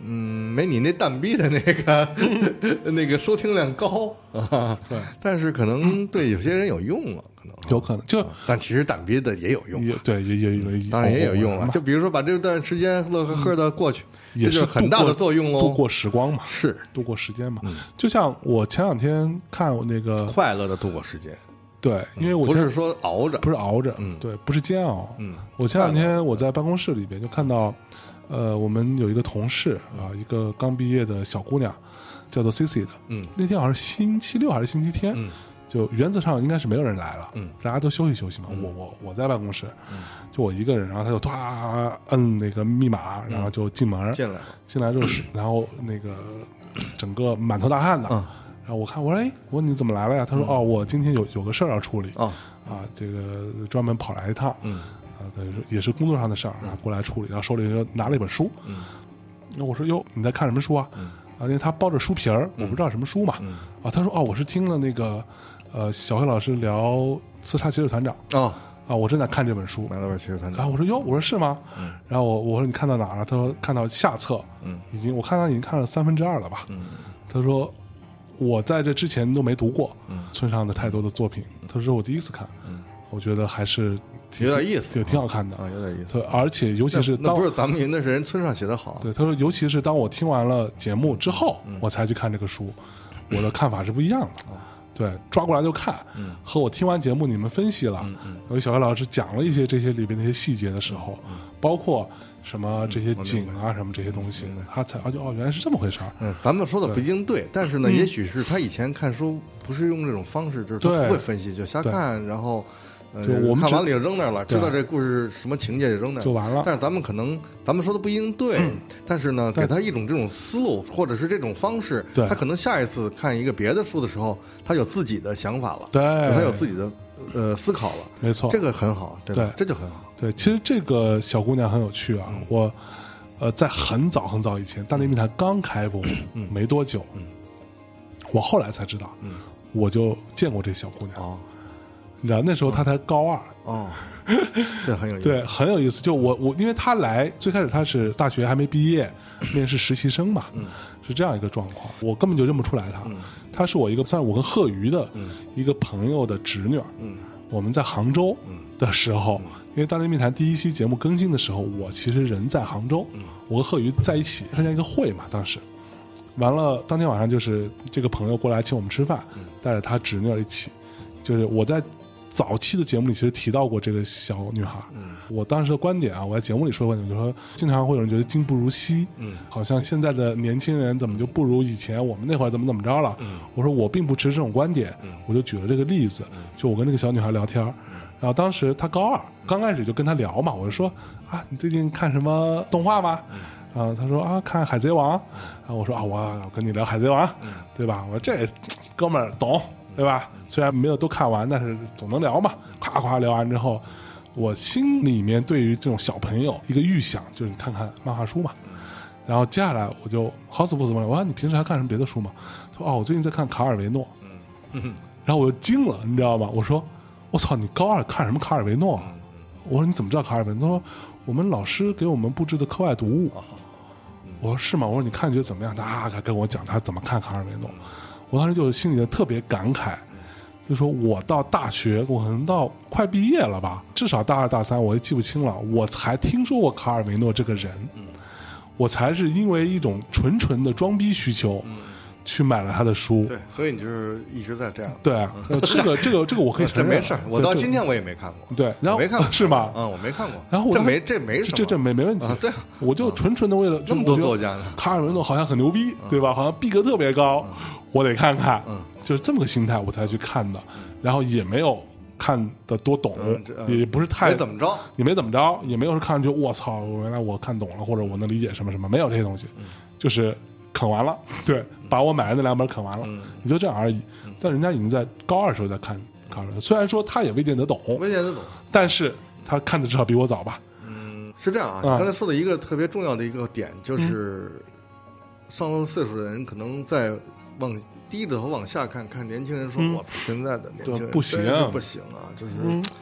嗯，没你那蛋逼的
*laughs*
那个那个收听量高啊，
对，
但是可能对有些人有用了，可能，
有可能就
但其实蛋逼的啊也有用
也。哦对也也也
当然也有用了，啊
嘛
就比如说把这段时间乐呵呵的过去，
也
这就是很
度
大
过
的作用喽。
度过时光嘛，
是
度过时间嘛。就像我前两天看我那个
快乐的度过时间，
对，因为我
不
前
是说熬着，
不是熬着，
嗯
对，不是煎熬，
嗯
我前两天我在办公室里边就看到，呃，我们有一个同事
嗯
啊，一个刚毕业的小姑娘，叫做 C C 的。
嗯
那天好像是星期六还是星期天，
嗯
就原则上应该是没有人来了，
嗯
大家都休息休息嘛。我我我在办公室，就我一个人，然后他就唰摁那个密码，然后就进门，
嗯进来了，
进来之后是， *clears throat* 然后那个整个满头大汗的。
嗯
然后我看我说哎，我说你怎么来了呀？他说、哦，我今天有有个事儿要处理
哦
啊，这个专门跑来一趟，
嗯
啊，等于说也是工作上的事儿啊，过来处理。然后手里就拿了一本书，
嗯
那我说哟，你在看什么书啊？啊，因为他包着书皮儿，我不知道什么书嘛。
嗯
啊，他说哦，我是听了那个呃小黑老师聊《刺杀骑士团长》
哦，
啊，我正在看这本书。
买了本骑士团
然
长，
后我说哟，我说是吗？然后我我说你看到哪儿了？他说看到下册，
嗯
已经我看他已经看了三分之二了吧。
嗯
他说我在这之前都没读过
嗯
村上的太多的作品，他说我第一次看，我觉得还是挺
有点意思
对，挺好看的。
啊，有点意思。
对，而且尤其是
那
当
不是咱们云的是人村上写的好，啊
对他说，尤其是当我听完了节目之后，
嗯
我才去看这个书，我的看法是不一样的。
哦
对，抓过来就看，
嗯
和我听完节目你们分析了，有小黑老师讲了一些这些里边的一些细节的时候，
嗯
包括什么这些景啊、什么这些东西，他才而且哦，原来是这么回事儿。
嗯，咱们说的不一定对，但是
嗯
呢，也许是他以前看书不是用这种方式，就是他
对
不会分析，就瞎看，然后呃，
就我们
看
只
完了也扔那儿了，
对
知道这故事什么情节就扔那儿
就完了嗯
但是咱们可能咱们说的不一定对，但是呢，给
但
他一种这种思路或者是这种方式，
对
他可能下一次看一个别的书的时候，他有自己的想法了，
对
他有自己的呃思考了，
没错，
这个很好，对吧？
对
这就很好，
对，其实这个小姑娘很有趣啊，我呃在很早很早以前，《大内密探》刚开播、没多久，我后来才知道，我就见过这小姑娘，
哦，
你知道那时候他才高二， *laughs*
哦，这很有意思。
对，很有意思。就我我，因为他来最开始他是大学还没毕业，面试实习生嘛，
嗯
是这样一个状况。我根本就认不出来他，他是我一个算是我跟贺瑜的一个朋友的侄女儿。
嗯
我们在杭州的时候，因为《大内密谈》第一期节目更新的时候，我其实人在杭州，
嗯
我跟贺瑜在一起参加一个会嘛，当时。完了，当天晚上就是这个朋友过来请我们吃饭，
嗯
带着他侄女儿一起。就是我在早期的节目里其实提到过这个小女孩，
嗯
我当时的观点啊，我在节目里说过，就说经常会有人觉得今不如昔，
嗯
好像现在的年轻人怎么就不如以前我们那会儿怎么怎么着了。
嗯
我说我并不持这种观点，我就举了这个例子，就我跟那个小女孩聊天儿。
嗯
然后当时她高二，刚开始就跟她聊嘛，我就说啊，你最近看什么动画吗？
嗯
啊，她说啊，看《海贼王》，啊，我说啊，我我跟你聊《海贼王》，
嗯
对吧？我说这哥们儿懂，对吧？虽然没有都看完，但是总能聊嘛。夸夸聊完之后，我心里面对于这种小朋友一个预想，就是你看看漫画书嘛。然后接下来我就好死不死问了，我说你平时还看什么别的书吗？他说哦，我最近在看卡尔维诺。嗯，然后我就惊了，你知道吗？我说我操，你高二看什么卡尔维诺啊？我说你怎么知道卡尔维诺？他说我们老师给我们布置的课外读物。啊我说是吗？我说你看觉得怎么样？他啊跟我讲他怎么看卡尔维诺。我当时就心里就特别感慨，就说我到大学，我可能到快毕业了吧，至少大二大三，我也记不清了，我才听说过卡尔维诺这个人。我才是因为一种纯纯的装逼需求，去买了他的书。
对，所以你就是一直在这样。
对，呃这个这个这个我可以
*laughs* 呃这
承认，啊
没事儿，我
对
到
这
今天我也没看过。
对，然后
没看
*laughs*
过
是吗？
嗯，我没看过。
然后我
这
当时
没这没什么，
这这没没问题
啊，对啊
我就纯纯的为了
这么多
*laughs* 就我觉得
作家嗯呢
卡尔维诺好像很牛逼，对吧？好像逼格特别高，
嗯
我得看看，就是这么个心态我才去看的，然后也没有看的多懂
嗯这，嗯
也不是太
没怎么着。
也没怎么着，也没有说看上去我操，原来我看懂了，或者我能理解什么什么，没有这些东西，
嗯
就是啃完了，对，把我买的那两本啃完
嗯
了，也就这样而已。但人家已经在高二时候在看卡尔，虽然说他也未见得懂，
没见得懂。
但是他看的至少比我早吧？
是这样啊，你
啊嗯
刚才说的一个特别重要的一个点，就是上了岁数的人可能在往低着头往下看，看年轻人说：“我操，现在的年轻人
嗯对不行
真是不行啊，就是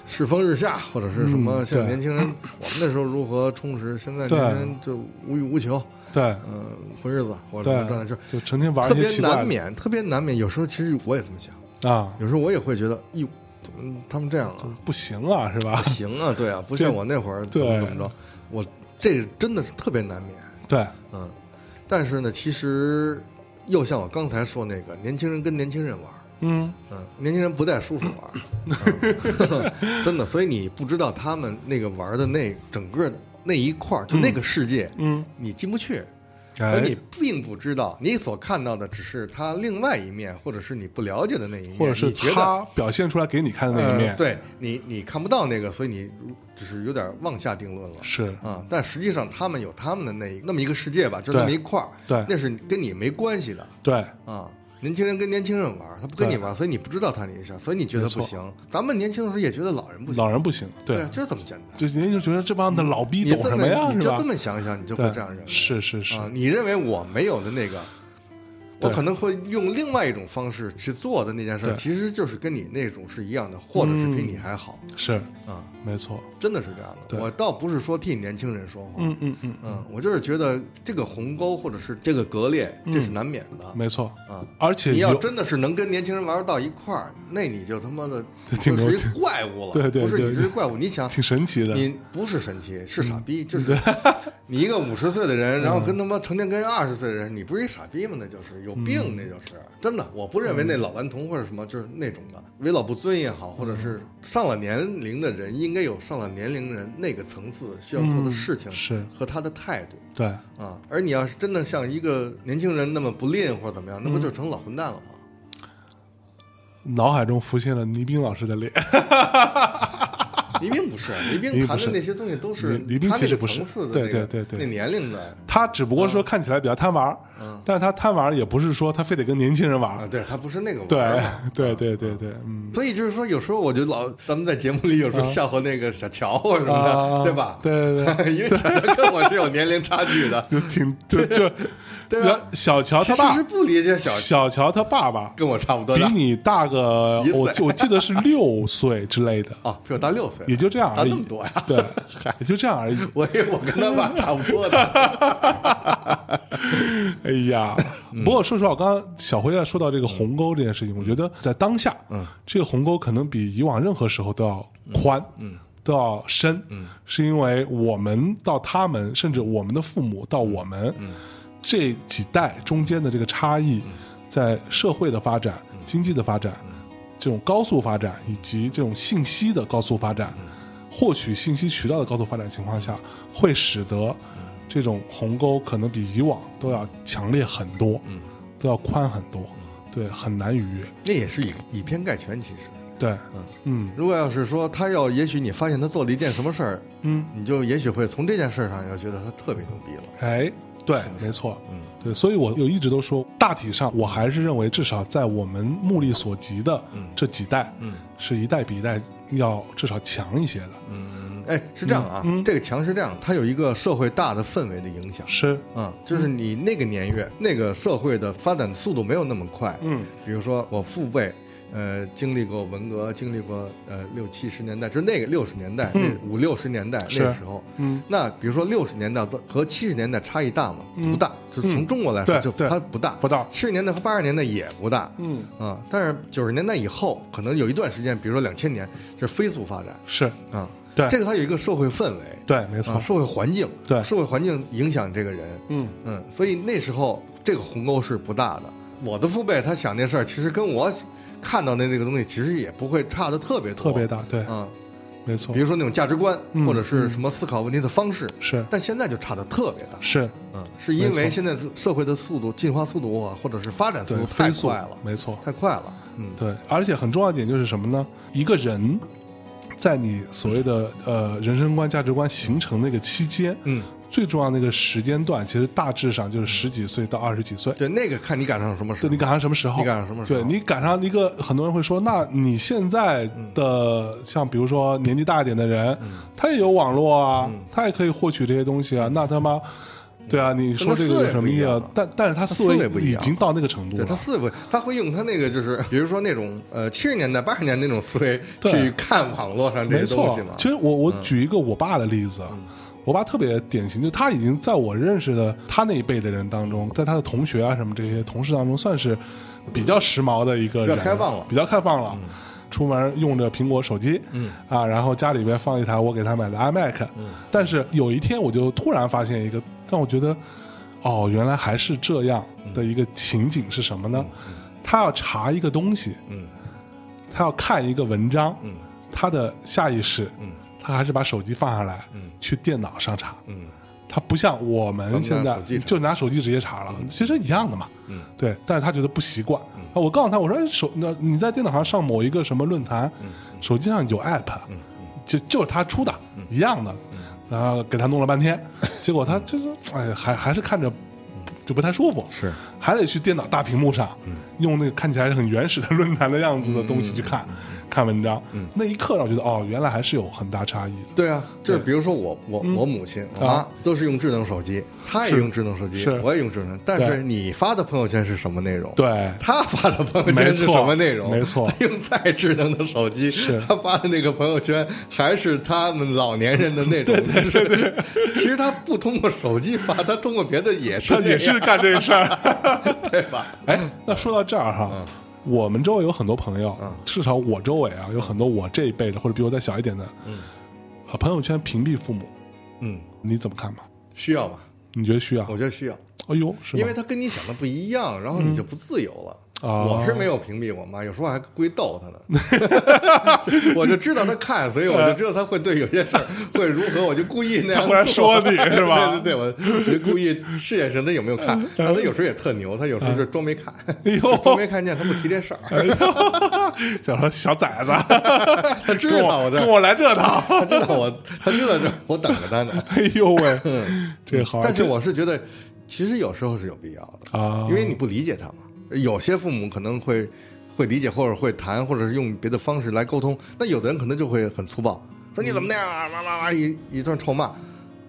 世风日下，或者是什么
嗯
像
对
年轻人，我们那时候如何充实，现在
对
年轻人就无欲无求，
对
嗯、混日子或者什么状态，
对
就，
*laughs* 就成天玩
特
一些
别
奇怪
难免，特别难免。有时候其实我也这么想，
的啊，
有时候我也会觉得，哟，怎么他们这样啊？
不行啊，是吧 *laughs*
不？行啊，对啊，不像
对
我那会儿怎
对
么怎么着，我这个真的是特别难免，
对，
嗯。但是呢，其实又像我刚才说那个，年轻人跟年轻人玩儿，
嗯，
嗯，年轻人不带叔叔玩儿，嗯 *laughs* 真的，所以你不知道他们那个玩儿的那整个那一块儿，就那个世界，
嗯，
你进不去。所以
哎
你，并不知道，你所看到的只是他另外一面，或者是你不了解的那一面，
或者是
你觉得
他表现出来给你看的那一面
呃，，对你你看不到那个，所以你只是有点妄下定论了
是
啊。但实际上他们有他们的那一那么一个世界吧，就
对
那么一块儿，
对
那是跟你没关系的
对，
啊。年轻人跟年轻人玩，他不跟你玩，所以你不知道他那一下，所以你觉得
没错
不行。咱们年轻的时候也觉得老人不行，
老人不行，
对
对
啊，，就是这么简单。
就人家就觉得这帮的老逼
你
懂
这
什么呀，
你
是
就
吧
这？么想一想，你就会
对，
这样认为。
是是是，
啊，你认为我没有的那个，我
对
可能会用另外一种方式去做的那件事儿，
对
其实就是跟你那种是一样的，或者是比你还好
是
啊。
没错，
真的是这样的。
嗯对
我倒不是说替年轻人说话，
嗯嗯嗯，
嗯我就是觉得这个鸿沟或者是这个割裂，这是难免的。
嗯没错，
啊，
而且
你要
有
真的是能跟年轻人玩到一块儿，那你就他妈的
对
就
挺
是
牛
一怪物了。
对对
不是
对
你是一怪物。你想，
挺神奇的，
你不是神奇，
嗯
是傻逼，就是 *laughs* 你一个五十岁的人，然后跟他妈成天跟二十岁的人，你不是一傻逼吗？那就是有
嗯
病，那就是真的。我不认为那老顽童或者什么就是那种的为老不尊也好，或者是
嗯
上了年龄的人应该有上了年龄人那个层次需要做的事情
嗯是
和他的态度。
对，
啊，而你要是真的像一个年轻人那么不吝或者怎么样，
嗯
那不就成老混蛋了吗？ *laughs*
脑海中浮现了倪斌老师的脸，
黎明不是，黎
黎
明
明不
谈的
是
那些东西都是
黎黎明
他那
其实
个
不是
层次的
对
那
对
个
对对
那年龄的，嗯
他只不过说看起来比较贪玩儿，但是他贪玩也不是说他非得跟年轻人
啊，
玩，
对他不是那个玩
对
儿嘛，
对对对对，
*laughs*
嗯，
所以就是说，有时候我就老咱们在节目里有时候笑话那个小乔啊什么的，
啊，
对吧？ *laughs*
对对对，，
因为小乔跟我是有年龄差距的 *laughs*
就挺就就，
对吧
小乔
其
他
实
爸
是，不理解小
小乔他爸
*laughs*
爸
跟我差不多
比
大
你大个，
一岁
我我记得是六岁之类
*laughs*
的，
哦，比我大六岁，
也就这样
差
而
啊那么
已，
多呀？ *laughs*
对，也就这样而已。
我以为我跟他爸差不多
*laughs*
的，
哎呀，不过说实话，我刚刚小辉在说到这个鸿沟这件事情，我觉得在当下，嗯，这个鸿沟可能比以往任何时候都要宽，嗯，都要深，嗯，是因为我们到他们，甚至我们的父母到我们，这几代中间的这个差异，在社会的发展、经济的发展、这种高速发展以及这种信息的高速发展、获取信息渠道的高速发展情况下，会使得这种鸿沟可能比以往都要强烈很多，
嗯
都要宽很多，对，很难逾越。
那也是以以偏概全。其实，
对，嗯
如果要是说他要，也许你发现他做了一件什么事儿，
嗯，
你就也许会从这件事上要觉得他特别牛逼了。
哎，对，没错，
嗯
对，所以我有一直都说，大体上我还是认为，至少在我们目力所及的这几代，
嗯
是一代比一代要至少强一些的，
嗯，哎，是这样啊，
嗯嗯
这个墙是这样，它有一个社会大的氛围的影响。
是，
啊，就是你那个年月，那个社会的发展速度没有那么快。
嗯
比如说我父辈，呃，经历过文革，经历过呃六七十年代，就是那个六十年代，
嗯
那五六十年代
是
那时候。
嗯
那比如说六十年代到和七十年代差异大吗？
嗯
不大，就从
嗯
中国来说，
对
就
对
它不大。
不大
七十年代和八十年代也不大。
嗯，
啊，但是九十年代以后，可能有一段时间，比如说两千年，这是飞速发展
是
啊。
对
这个它有一个社会氛围，
对，没错
啊，，社会环境，
对
社会环境影响这个人，
嗯，
嗯，所以那时候这个鸿沟是不大的。我的父辈他想那事儿，其实跟我看到的那个东西，其实也不会差的特别多，
特别大，对，
啊、
没错
比，如说那种价值观、
嗯
或者是什么思考问题的方式，
是
但现在就差的特别大，
是，
嗯，是因
没错
为现在社会的速度、进化速度啊，或者是发展速
对，
度
飞
太
速
快了，，
没错，
太快了，嗯，
对，而且很重要一点就是什么呢？一个人在你所谓的呃人生观、价值观形成那个期间，
嗯，
最重要的那个时间段，其实大致上就是十几岁到二十几岁。
对，那个看你赶上什么时
对
候
你，赶上什么时候？
你赶上什么时候
对你赶上一个，很多人会说，那你现在
嗯
的、像比如说年纪大一点的人，他也有网络啊，
嗯
他也可以获取这些东西啊，那他妈，对啊，你说这个有什么意义
跟他思维
啊
不一样了？
但但是他思
他思
维
维不一
已
样啊
经到那个程度
对
了
他，思维，他会用他那个就是，比如说那种呃七十年代、八十年代那种思维
对
去看网络上这
没
些东
错
西嘛。嗯
其实我我举一个我爸的例子，我爸特别典型，就他已经在我认识的他那一辈的人当中，在他的同学啊什么这些同事当中，算是比较时髦的一个人，
比较开放了嗯
比较开放了。出门用着苹果手机，嗯啊，然后家里边放一台我给他买的 iMac，嗯，但是有一天我就突然发现一个让我觉得，哦，原来还是这样
嗯
的一个情景是什么呢？他要查一个东西，
嗯，
他要看一个文章，
嗯
他的下意识，
嗯
他还是把手机放下来，
嗯
去电脑上查。
嗯
他不像我们
们
现
拿
在
手机查
就拿手机直接查了，其实一样的嘛。
嗯
对，但是他觉得不习惯。啊我告诉他，我说哎手，那你在电脑上上某一个什么论坛，
嗯
手机上有 app，就就是他出的，
嗯
一样的。然后给他弄了半天，
*laughs*
结果他就是哎，还还是看着就不太舒服。
是嗯
还得去电脑大屏幕上，用那个看起来是很原始的论坛的样子的东西去
嗯
看、看文章。那一刻让我觉得，哦，原来还是有很大差异的。
对啊，就是比如说我我我母亲我妈
啊
都是用智能手机，她也用智能手机
是，
我也用智能，但
对
是你发的朋友圈是什么内容？，
对，
她发的朋友圈是
没错
什么内容？
没错
她用再智能的手机，
是
她发的那个朋友圈还是他们老年人的内容。对对对， *laughs* 其实她不通过手机发，她通过别的也是
他
那
也
样
是干这事
*laughs*
儿。
对吧？
哎，那说到这儿哈，我们周围有很多朋友，
嗯
至少我周围啊，有很多我这一辈的或者比我再小一点的，
嗯
呃，朋友圈屏蔽父母，
嗯，
你怎么看吧？
需要吧？
你觉得需要？
我觉得需要。
哎呦，是吗 *laughs* 嗯
因为他跟你想的不一样，然后你就不自由了。
啊
我是没有屏蔽我妈，有时候还故意逗她呢。
*laughs*
我就知道她看，所以我就知道她会对有些事儿会如何，我就故意那
她
样做。
忽然说你是吧
*laughs* 对对对，我我就故意试验试她有没有看。但她有时候也特牛，她有时候就装没看，
哎呦
*laughs* 装没看见，她不提这
*laughs*
事儿。
哎想说小崽子，啊
她 *laughs* 知
跟
道
我
我这
跟，我来这套， *laughs*
她知道我，她知道这，我等着她呢。
哎呦喂，这好玩，
但是我是觉得其实有时候是有必要的，
啊，
因为你不理解他嘛。有些父母可能会会理解，或者会谈，或者是用别的方式来沟通。那有的人可能就会很粗暴，说你怎么那样啊，哇哇哇一一顿臭骂，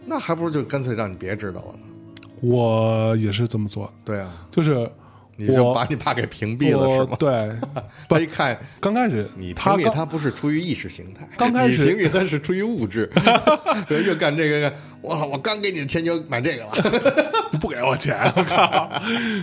那还不如就干脆让你别知道了呢。
我也是这么做的，
对啊，
就是
你就
我
把你爸给屏蔽了是
我
吗？ *laughs*
对不
他一看
刚开始
你屏
他
蔽
刚
他不是出于意识形态，
刚开始
你屏蔽他是出于物质， *laughs* 人就干这个，干我操我刚给你的钱就买这个 *laughs* 了，
*laughs* 不给我钱，我靠！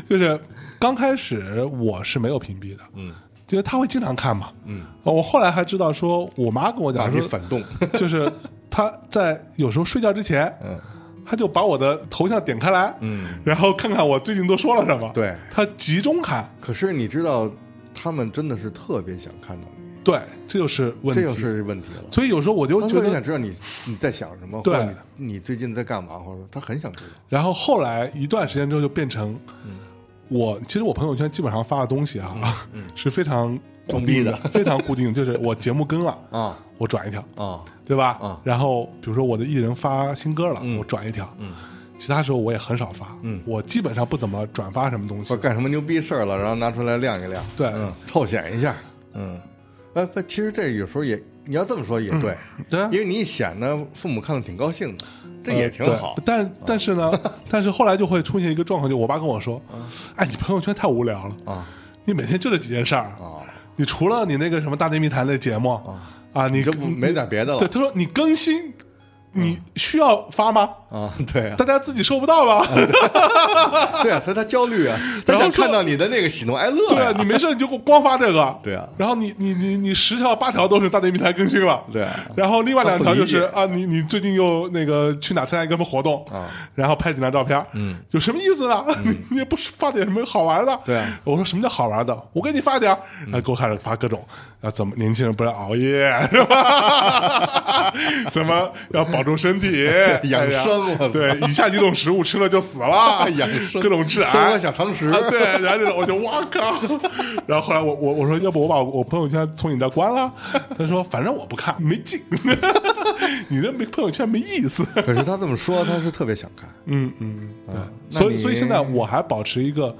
就是刚开始我是没有屏蔽的，
嗯，
因为他会经常看嘛，
嗯
呃。我后来还知道说，我妈跟我
把
讲
你
说，
反动，
*laughs* 就是她在有时候睡觉之前，
嗯
她就把我的头像点开来，
嗯，
然后看看我最近都说了什么。，
对。
她集中看，
可是你知道，他们真的是特别想看到你，
对，这就是问
这
题。
就是问题了。
所以有时候我就
他
觉
特别想
得，
知道你你在想什么，
对
或者你你最近在干嘛，或者他很想知道。
然后后来一段时间之后就变成，
嗯
我其实我朋友圈基本上发的东西啊，
嗯
*laughs* 是非常固
装逼
定
的
非常固定，就是我节目更了。
啊
我转一条，
啊，
对吧？
嗯
然后比如说我的艺人发新歌了，
嗯
我转一条，
嗯，
其他时候我也很少发，
嗯
我基本上不怎么转发什么东西
或者。干什么牛逼事儿了，然后拿出来亮一亮，
对
嗯，臭显一下，嗯，哎，不，其实这有时候也，你要这么说也对，
对啊
因为你一显得父母看的挺高兴的，这也挺
呃对
好。啊
但但是
*laughs*
呢，但是后来就会出现一个状况，就我爸跟我说：“哎，你朋友圈太无聊了，
啊
你每天就这几件事儿，
啊，
你除了你那个什么大内密谈那节目啊，你
你这不没点别
对
的了嗯
他说你更新，你需要发吗？
啊？对啊
*laughs* 大，家自己收不到
*laughs*
吧？
对啊，所以他焦虑啊，他
然后
想
说
看到你的那个喜怒哀乐
对啊
呀，，
你没事你就光发这个，
对啊
然后你你你你十条八条都是大内密谈更新了，
对啊
然后另外两条就是
他
啊，你你最近又那个去哪参加一个什么活动
啊，
然后拍几张照片，嗯，有什么意思呢？你 *laughs* 你也不发点什么好玩的？
嗯对啊嗯
我说什么叫好玩的？我给你发点儿，然后给我开始发各种啊，怎么年轻人不要熬
*laughs*
夜是吧？怎么要保重身体
*laughs* 养
哎呀
生我操
对，以下几种食物吃了就死了
*laughs* 啊，养生
各种致癌，
生活小常识
啊对，然后这种我就哇靠，然后后来我我我说要不我把我朋友圈从你这儿关了，他说反正我不看，没劲， *laughs* 你这没朋友圈没意思，
可是他这么说，他是特别想看。啊
嗯嗯，对，
那
所以
你
所以现在我还保持一个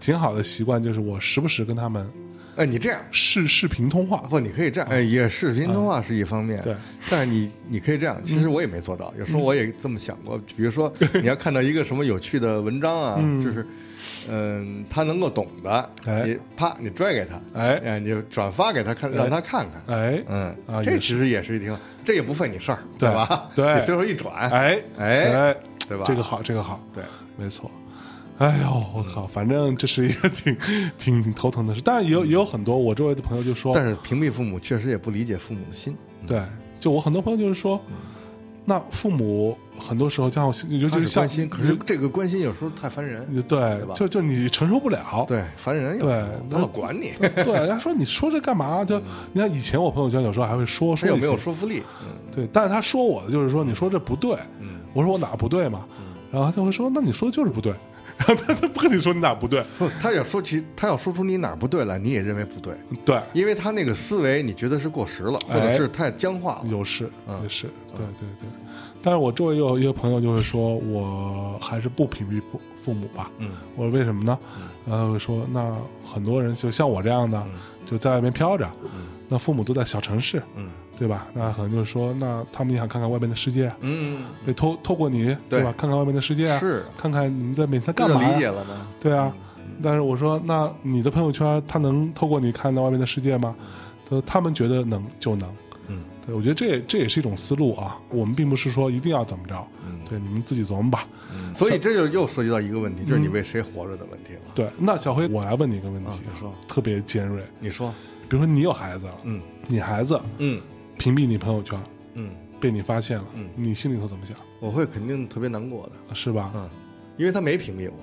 挺好的习惯，就是我时不时跟他们
哎，你这样
视视频通话，
不，你可以这样，哎，也视频通话是一方面，
嗯对，嗯
但是你你可以这样，其实我也没做到，有时候我也这么想过，比如说你要看到一个什么有趣的文章啊，就是，嗯，他能够懂的，
哎
你啪你拽给他，
哎
你就转发给他看，让他看看，
哎
嗯，
啊
这
也
其实也是一挺好，这也不费你事儿，
对
吧？
对
你随手一转，
哎
哎，
哎，
对吧
这个好，这个好，
对，
没错。哎呦，我靠！反正这是一个挺挺挺头疼的事，但是也有也有很多我周围的朋友就说，
嗯但是屏蔽父母确实也不理解父母的心，
对，就我很多朋友就是说，
嗯
那父母很多时候像我，尤
他
其
是
像
关心，可是这个关心有时候太烦人，
对，
吧
就就你承受不了。
对，烦人有时候
对
他老管你。
对，人家说你说这干
*laughs*
嘛？就你看以前我朋友圈有时候还会说
嗯他
说
有
一
没有
些
说服力？嗯
对，但是他说我的就是说你说这不对，
嗯，
我说我哪不对嘛，然后他就会说那你说的就是不对， *laughs* 然后他他不跟你说你哪不对，
不，他要说其他要说出你哪儿不对来，你也认为不 *laughs* 对，
对，
因为他那个思维你觉得是过时了，或
哎
者是太僵化了。
有是
嗯
也是，对对对。但是我周围有一个朋友就会说，我还是不屏蔽父父母吧。
嗯，
我说为什么呢？呃，我说那很多人就像我这样的，就在外面飘着，那父母都在小城市，
嗯
对吧？那可能就是说，那他们也想看看外面的世界，
嗯，
得透透过你，
对
吧？看看外面的世界啊，
是
看看你们在每天
这
干
就
嘛呀？
理解嗯了吗？
对啊，但是我说，那你的朋友圈，他能透过你看到外面的世界吗？他说他们觉得能就能。
嗯，
对，我觉得这也这也是一种思路啊。我们并不是说一定要怎么着，对，你们自己琢磨吧。
嗯所以这就又涉及到一个问题，就是你
嗯
为谁活着的问题了。
对，那小辉，我来问你一个问题，
你说
特别尖锐。
你说，
比如说你有孩子了，
嗯
你孩子
嗯
屏蔽你朋友圈，
嗯，
被你发现了，
嗯
你心里头怎么想？
我会肯定特别难过的，
是吧？
嗯，因为他没屏蔽我。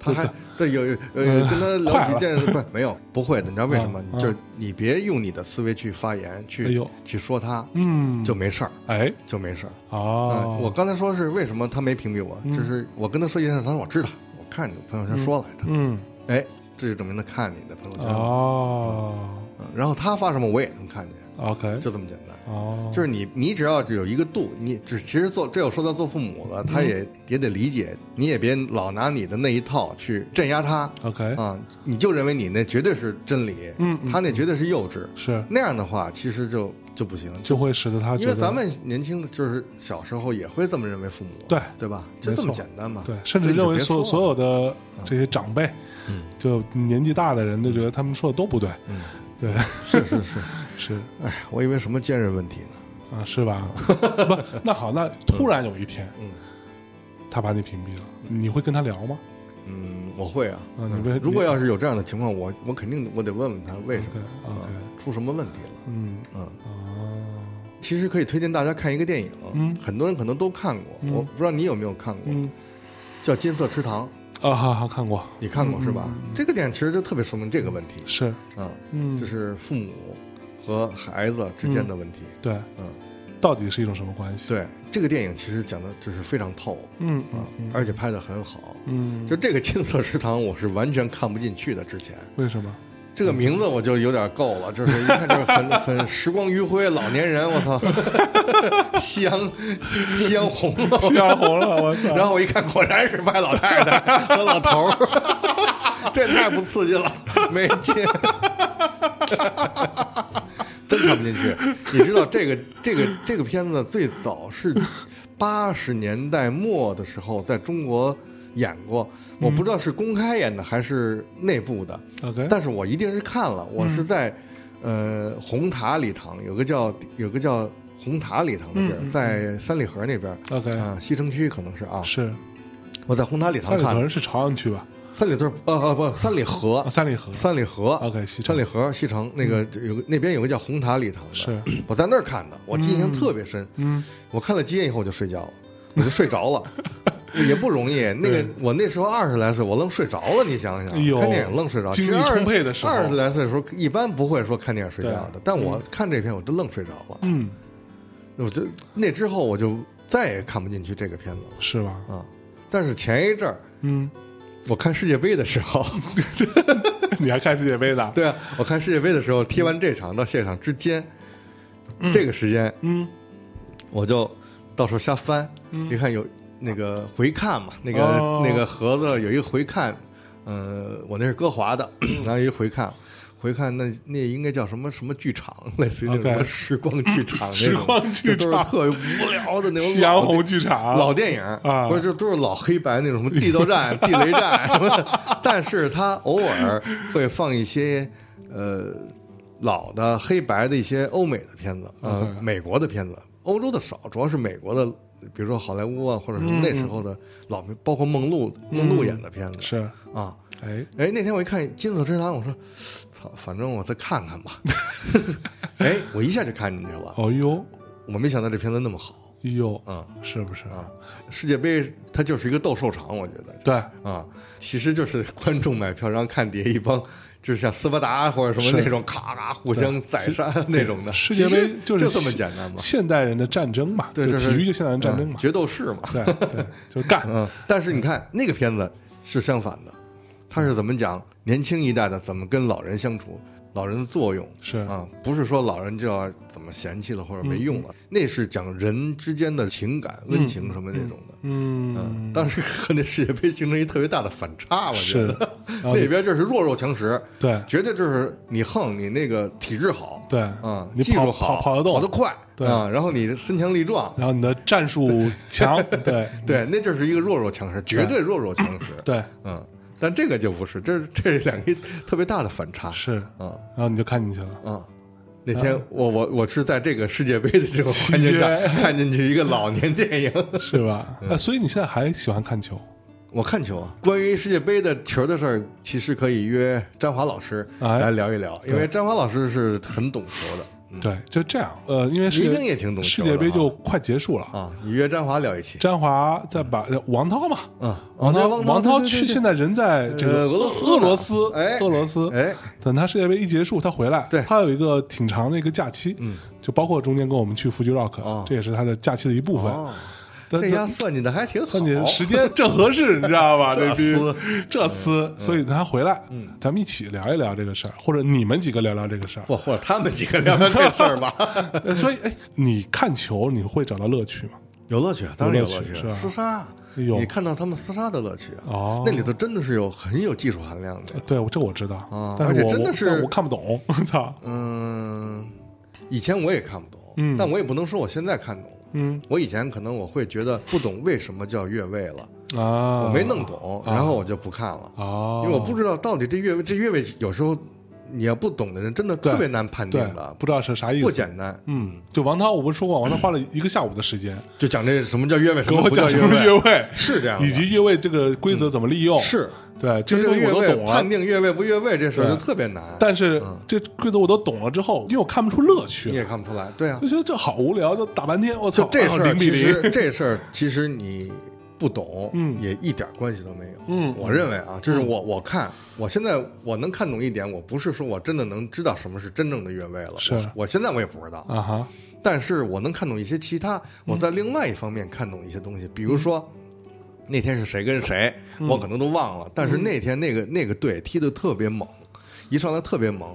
他
对
还
对
对有有呃跟他
*laughs*
聊
快
起
了
件事，不没有不会的，你知道为什么？
嗯
你就是你别用你的思维去发言，
哎
去
呦
去说他，
嗯，
就没事儿，
哎，
就没事儿。
哦，嗯
嗯，我刚才说是为什么他没屏蔽我，就是我跟他说一件事，他说我知道，我看你的朋友圈说来着，
嗯，
哎，这就证明他看你的朋友圈了。
哦，
嗯然后他发什么我也能看见，
，OK，
就这么简单。
哎哦，
就是你，你只要有一个度，你只其实做这有说到做父母了，
嗯
他也、也得理解，你也别老拿你的那一套去镇压他
OK，
啊，你就认为你那绝对是真理，
嗯嗯
他那绝对是幼稚，
是
那样的话其实就就不行，
就会使得啊他觉
因
得
为咱们年轻的就是小时候也会这么认为父母，啊
对
对吧？就这么简单嘛，
对，甚至认为所有所有的这些长辈，
啊嗯
就年纪大的人都觉得他们说的都不对，
嗯
*laughs* 对，
是是是，
是
哎，我以为什么坚韧问题呢，
啊，是吧？不，那好，那突然有一天，
嗯
他把你屏蔽了，你会跟他聊吗？
嗯，我会啊，
啊你为
如果要是有这样的情况，我我肯定我得问问他为什
啊对
么啊
，OK，
出什么问题了，
嗯，
嗯。
哦，
其实可以推荐大家看一个电影，
嗯
很多人可能都看过，
嗯
我不知道你有没有看过，
嗯，
叫《金色池塘》，
啊，好好看过，
你看过
嗯
是吧？这个电影其实就特别说明这个问题
是，
啊，
嗯，
就是父母和孩子之间的问题。
对，
嗯，
到底是一种什么关系？，
对，这个电影其实讲的就是非常透
嗯
啊
嗯，嗯
而且拍的很好。
嗯，
就这个《金色池塘》，我是完全看不进去的。之前
为
*laughs*
什么？
这个名字我就有点够了，就是一看就是很 *laughs* 很时光余晖，老年人，我操， *laughs* 夕阳夕阳红了，
吓红了，我操！
然后我一看，果然是卖老太太 *laughs* 和老头儿， *laughs* 这太不刺激了，没劲， *laughs* 真看不进去。你知道这个这个这个片子最早是八十年代末的时候在中国演过，我不知道是公开演的还是内部的，
OK，
但是我一定是看了，我
嗯
是在、呃红塔礼堂有个叫有个叫红塔礼堂的地儿，
嗯嗯嗯
在三里河那边。
OK，
啊，西城区可能是啊，
是
我在红塔礼堂
三里
看的
屯是朝阳区吧？
三里屯，呃呃不，三里河
啊，，三里河。
三里河，
OK，西城嗯
三里河西城那个有个那边有个叫红塔礼堂的，
是，
我在那儿看的，我印象特别深。
嗯
我看了几眼以后我就睡觉了，我就睡着了， *laughs* 也不容易。那个
对
我那时候二十来岁，我愣睡着了，你想想，
哎呦
看电影愣睡着。
精力
其实20
充沛的时候
二十来岁的时候一般不会说看电影睡觉的
对，
但我看这片我就愣睡着了。
嗯，
我就那之后我就再也看不进去这个片子
是吧？
了啊。但是前一阵儿
嗯， *laughs*
我看世界杯的时候， *laughs*
你还看世界杯呢？
对啊，我看世界杯的时候，踢完这场到下一场之间，这个时间
嗯
我就到时候瞎翻，一看有那个回看嘛，那个、
哦
那个盒子有一个回看，呃，我那是歌
*clears throat*
华的，然后一回看。回看那那应该叫什么什么剧场，类似于那种
OK
什么时光剧场那种，
时光剧场
就都是特别无
*laughs*
聊的那种
夕阳
老
红剧场，
老电影
啊
不是就都是老黑白那种什么地道战、
*laughs*
地雷战什么的，但是他偶尔会放一些呃老的黑白的一些欧美的片子，呃
OK
美国的片子，欧洲的少，主要是美国的，比如说好莱坞啊或者什
嗯
么那时候的老片，包括梦露梦露演的片子、
是，
啊。
哎，
哎，那天我一看《金色之堂》，我说操，反正我再看看吧。 *laughs* 哎，我一下就看进去了，
哦呦
我没想到这片子那么好
呦，
啊。嗯
是不是？
世界杯它就是一个斗兽场，我觉得
对，
啊，其实就是观众买票，然后看底下一帮，就是像斯巴达或者什么
是
那种，咔咔互相宰杀那种的。
世界杯
其实
就
就是这么简单嘛，
现代人的战争嘛，
对，
就
就是
体育就现代人战争
嗯
嘛，
决斗士嘛。
对对，就干，
嗯，但是你看那个片子是相反的，它是怎么讲年轻一代的怎么跟老人相处，老人的作用
是嗯
啊，不是说老人就要怎么嫌弃了或者没用了，那是讲人之间的情感、温情什么那种的。
嗯
嗯，，当时和那世界杯形成一特别大的反差，我 *laughs* 觉
是
得，
然后
那
你
边就是弱肉强食，
对
绝对就是你横，你那个体质好，
对
啊，
你
技
跑
术
跑
好，
跑得动
跑得，快，
对嗯
啊，然后你身强力壮，
然后你的战术强，对
对，那就是一个弱肉强食，绝对弱肉强食，
对
嗯，但这个就不是， *laughs* 这这是两个特别大的反差，
是，
啊
然后你就看进去了，
啊。那天我我我是在这个世界杯的这种环境下
世界
看进去一个老年电影，
是吧？
嗯
那所以你现在还喜欢看球？
我看球啊，关于世界杯的球的事儿，其实可以约张华老师
哎
来聊一聊，因为张华老师是很懂球的。嗯
对，就这样。呃，因为世
倪
界
兵也挺懂
世
球
界
的
杯
哈
就快结束了。
啊，你约张华聊一期
詹华再把呃王涛嘛，
啊，
王
涛，
涛
王
王涛
对对
去，
对
现在人在这个
呃俄罗斯
俄罗斯，
哎
俄罗斯。
哎，
等他世界杯一结束，他回来，
对
他有一个挺长的一个假期，
嗯，
就包括中间跟我们去 Fuji Rock，
哦
这也是他的假期的一部分。
哦，
但
这家算计的还挺好，
算你时间正合适，你知道
*laughs*
吧？这逼
厮嗯
这厮，所以他回来，咱们一起聊一聊这个事儿，或者你们几个聊聊这个事儿。
不或者他们几个聊聊这事
*laughs*
儿吧，
呃所以，哎，你看球你会找到乐趣吗？
有乐趣，啊，当然有
有乐
乐
趣
趣，
是吧
厮杀，啊
有
你看到他们厮杀的乐趣啊，
哦
那里头真的是有很有技术含量的，
对，我这我知道，
啊
但是
而且
我
真的
我
是
但我看不懂，我操，
嗯，以前我也看不懂，
嗯
但我也不能说我现在看懂了。
嗯
我以前可能我会觉得不懂为什么叫越位了，
啊，
我没弄懂，然后我就不看了，
哦，
因为我不知道到底这越位这越位有时候你要不懂的人真的特别难判定
对
的，，
不知道是啥意思，
不简单。
嗯，就王涛，我不是说过，王涛花了一个下午的时间
就讲这什么叫越位，什
给 *laughs*
么
我
嗯不叫
讲什么
位，
位，
是这样的，
以及越位这个规则怎么利用，
是
对
就
这
这
些东西
个越
我都
位
懂了
判，定越位不越位这事儿
对
就特别难，
但是这规则我都懂了之后，因为我看不出乐趣
你
来，
也看不出来。对啊
就，觉得这好无聊，就打半天，我
就
操，
这事
啊
儿
零比
其
零
实，这事儿其实你不懂，
嗯
也一点关系都没有。
嗯
我认为啊，这是我我看，我现在我能看懂一点，我不是说我真的能知道什么是真正的越位了，
是
我我现在我也不知道，
啊哈，
但是我能看懂一些其
嗯
他，我在另外一方面看懂一些东西，比如说。那天是谁跟谁，
嗯
我可能都忘了。但是那天那个那个队踢得特别猛，一上来特别猛，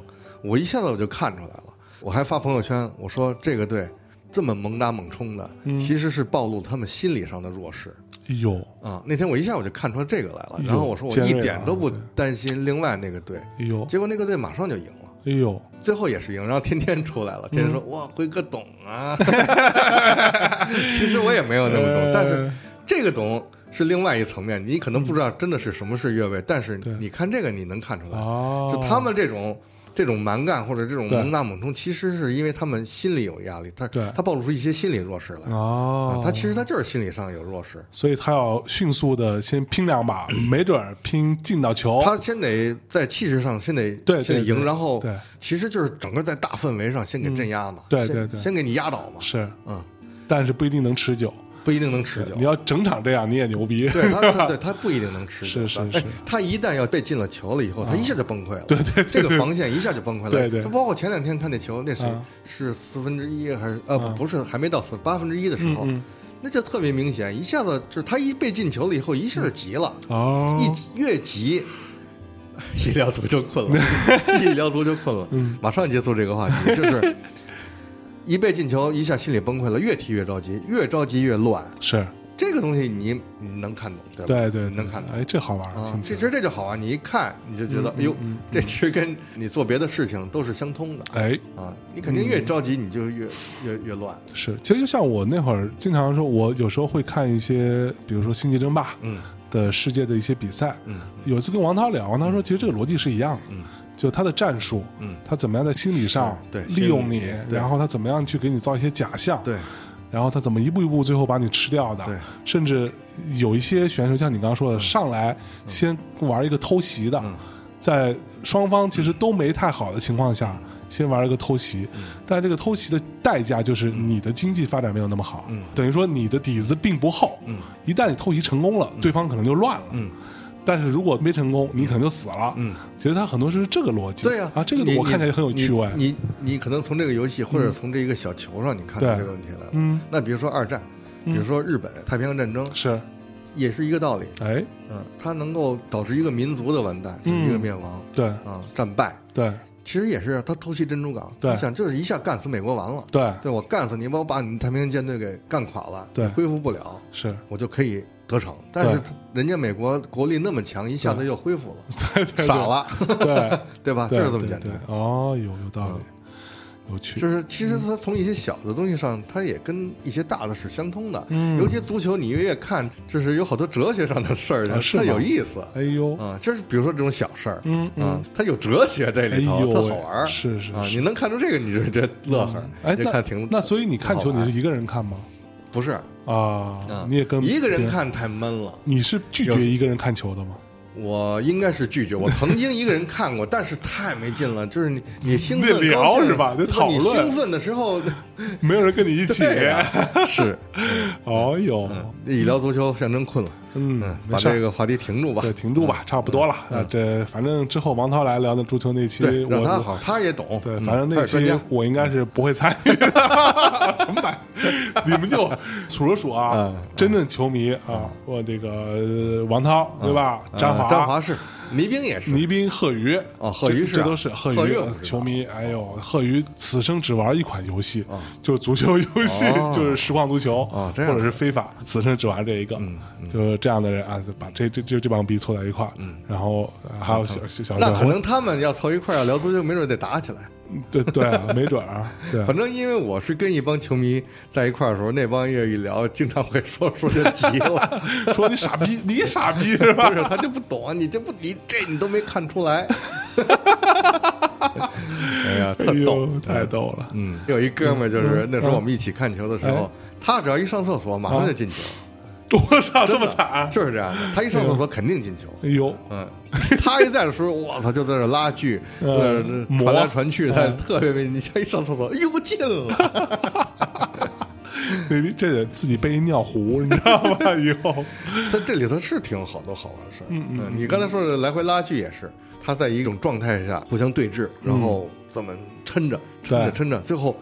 我一下子我就看出来了。我还发朋友圈，我说这个队这么猛打猛冲的，
嗯
其实是暴露他们心理上的弱势。
哎呦，
啊，那天我一下我就看出这个来了，
哎呦
然后我说我
尖锐
一
了啊
点都不
对
担心另外那个队，
哎呦，
结果那个队马上就赢了，
哎呦，
最后也是赢，然后天天出
嗯
来了，天天说哇辉哥懂啊， *laughs* 其实我也没有那么懂，但是
呃
这个懂是另外一层面，你可能不知道真的是什么是越位，但是
嗯对
你看这个你能看出来，
哦，
就他们这种。这种蛮干或者这种
对
猛打猛冲，其实是因为他们心里有压力，他
对
他暴露出一些心理弱势来。
哦
啊，他其实他就是心理上有弱势，
所以他要迅速的先拼两
*clears throat*
把，没准儿拼进到球。
他先得在气势上先得
哦对
先得
对对
赢，然后
对
其实就是整个在大氛围上先给镇压嘛，
嗯对
先
对对
先给你压倒嘛，
是，
嗯，
但是不一定能持久。
不一定能持久
你。要整场这样，你也牛逼。
*laughs* 对他，他对他不一定能持久。
是是
哎
是啊
他一旦要被进了球了以后，他一下就崩溃了。
对对对
这个防线一下就崩溃了。
对对
他包括前两天看那球，那谁
啊
是四分之一还是呃
啊
不不是还没到四八分之一的时候
嗯嗯，
那就特别明显，一下子就是他一被进球了以后，一下就急了。
哦，
一急越急， *laughs* 医疗足就困
*laughs*
了，医疗足就困了。
嗯
马上结束这个话题，就是一被进球，一下心里崩溃了，越踢越着急，越着急越乱。
是，
这个东西你你能看懂，对吧？
对对，
你能看懂。
哎，这好玩儿，
啊
听，起
其
来嗯
实这就好啊！你一看你就觉得，哎呦，这其实跟你做别的事情都是相通的
哎，
啊！你肯定越
嗯
着急，你就越越越乱。
是，其实就像我那会儿经常说，我有时候会看一些，比如说《星际争霸》
嗯
的世界的一些比赛。
嗯，
有一次跟王涛聊，王涛说，其实这个逻辑是一样的。
嗯，
就他的战术，
嗯
他怎么样在心理上
是对
利用你
心理，对
然后他怎么样去给你造一些假象，
对，
然后他怎么一步一步最后把你吃掉的，
对
甚至有一些选手像你刚刚说的，上来先玩一个偷袭的，
嗯
在双方其实都没太好的情况下，先玩一个偷袭，
嗯
但这个偷袭的代价就是你的经济发展没有那么好，
嗯
等于说你的底子并不厚，
嗯
一旦你偷袭成功了，对方可能就乱了。
嗯
但是如果没成功，你可能就死了。
嗯，
其实他很多是这个逻辑。
对呀、
啊，这个
你
我看起来很有趣味。
你你你你可能从这个游戏或者从这一个小球上，你看出
对
这个问题来了。
嗯，
那比如说二战，比如说日本太平洋战争，
是，
也是一个道理。
哎，
嗯，它能够导致一个民族的完蛋，就是
嗯
一个灭亡
对
啊，战败。
对
其实也是他偷袭珍珠港，
对
他想就是一下干死美国完了。
对，
对我干死你，把我把你太平洋舰队给干垮了，
对
恢复不了，
是，
我就可以得逞。但是
对
人家美国国力那么强，一下子又恢复了，
对对对
*laughs* 傻了，
对，
对吧？
对
啊就是这么简
对
单嗯
对。哦，有有道理，有趣。
就是其实它从一些小的东西上，它也跟一些大的是相通的。
嗯
尤其足球，你越看，就是有好多哲学上的事儿，
啊是吗
它有意思啊、
哎呦，
就是比如说这种小事儿，
嗯
啊
嗯，，
它有哲学在里头，
哎呦
特
喂
好玩儿。
是是
啊，
是
你能看出这个，你就觉得乐呵。
哎，
你就
那
看挺
那所以你看球
挺好
你
玩
是一个人看吗？
不是
啊，你也跟
一个人
别，
看太闷了。
你是拒
有
绝一个人看球的吗？
我应该是拒绝。我曾经一个
*laughs*
人看过，但是太没劲了。就是你，你兴
得
奋
聊
高兴
是吧得
不
讨
你
论 *laughs*
兴奋的时候，
没有人跟你一起。
对呀嗯是
哦呦，
医疗足球战争困了，
嗯
嗯，，
没
把
事儿
这个话题停住吧
对，，停住
嗯
吧，差不多了。啊，这反正之后王涛来聊那足球那期，
对，让
我
他好，他也懂，
对，
嗯
反正
他
那
也专
期
家
我应该是不会参与的。什么玩意儿？你们就数了数啊
嗯，
真正球迷啊，我这个呃王涛对吧？张
呃张
华、
华是，倪兵也是，
倪斌、贺宇
哦贺宇
这
是啊
这都是贺
贺
宇
宇我知道
球迷。哎呦，贺宇此生只玩一款游戏，就是足球游戏，
哦
就是实况足球
哦这
或
样
者是非法，此生只玩这一个。就是这样的人啊，就把这这这这帮逼凑在一块儿，然后呃还有小小小
那可能他们要凑一块儿要聊足球，没准得打起来。
对对啊，没准儿啊，对啊
反正因为我是跟一帮球迷在一块儿的时候，那帮越一聊，经常会说说就急了，
*laughs* 说你傻逼，你傻逼是吧？
*laughs* 不是他就不懂，你这不你这你都没看出来。 *laughs* 哎呀，
哎
特逗。
呦，嗯太逗了！
嗯，有一哥们儿就是那时候我们一起看球的时
嗯
候，他只要一上厕所，马上就进球，
我操，这么惨！啊
就是这样的。他一上厕所肯定进球。
嗯哎呦，
嗯，他一在的时候，我操，就在那拉锯，呃
嗯，
传
磨嗯
来传去的，特别没。你像一上厕所，哎呦，进了！
那逼这得自己背一尿壶，你知道哎吧？以后，
他这里头是挺有好多好玩的事儿。嗯嗯，你刚才说的来回拉锯也是，他在一种状态下互相对峙，然后这么抻着、抻着、
嗯对
抻着，最后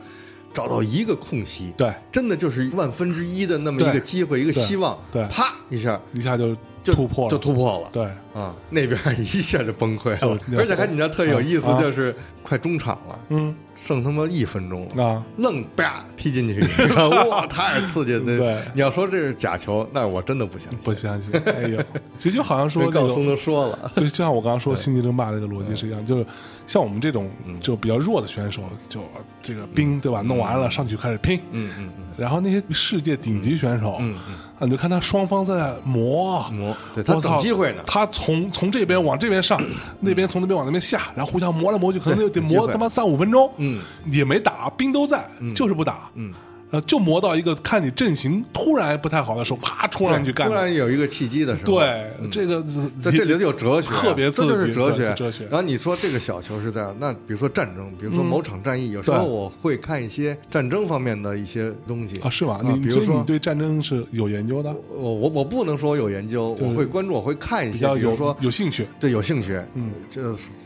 找到一个空隙，
对，
真的就是万分之一的那么一个
对
机会，一个
对
希望，
对
啪一下
一下就
就
突破了，
就突破了。
对，
啊，那边 *laughs* 一下就崩溃
就
了，而且还你知道特有意思
啊，
就是快中场了，
嗯
剩他妈一分钟了。
啊，
愣啪踢进去，
*laughs*
哇，太刺激了！
对
你要说这是假球，那我真的不相信。
不相信。哎
*laughs*
呦，其实就好像说
被
那
高松
种，
都说了，
就就像我刚刚说《星际争霸》这个逻辑是一样，就是像我们这种
嗯
就比较弱的选手，就这个兵对吧？弄完了上去开始拼，
嗯嗯嗯，
然后那些世界顶级选手，
嗯
啊，你就看他双方在磨
磨对他
我操
等机会呢
他从从这边往这边
*clears throat*
上，那边从那边往那边下，然后互相磨来磨去，可能
对
就得
有机
磨
会
他妈三五分钟，
嗯，
也没打，兵都在，就是不打，嗯，呃，就磨到一个看你阵型突然不太好的时候，啪冲上去干
突
了，
然有一个契机的时候，，
对，这个
在嗯这里头有哲学，
特别
这
刺激
就是哲
对
学。
是哲学嗯
然后你说这个小球是在那，比如说战争，比如说某场战役，有时候
对
我会看一些战争方面的一些东西
啊是吗？
比
你所
如
以你
说。
对战争是有研究的，
我我我不能说有研究，
就是
我会关注，我会看一
比
些，
较
比如
有
说
有兴趣，
对有兴趣，嗯，这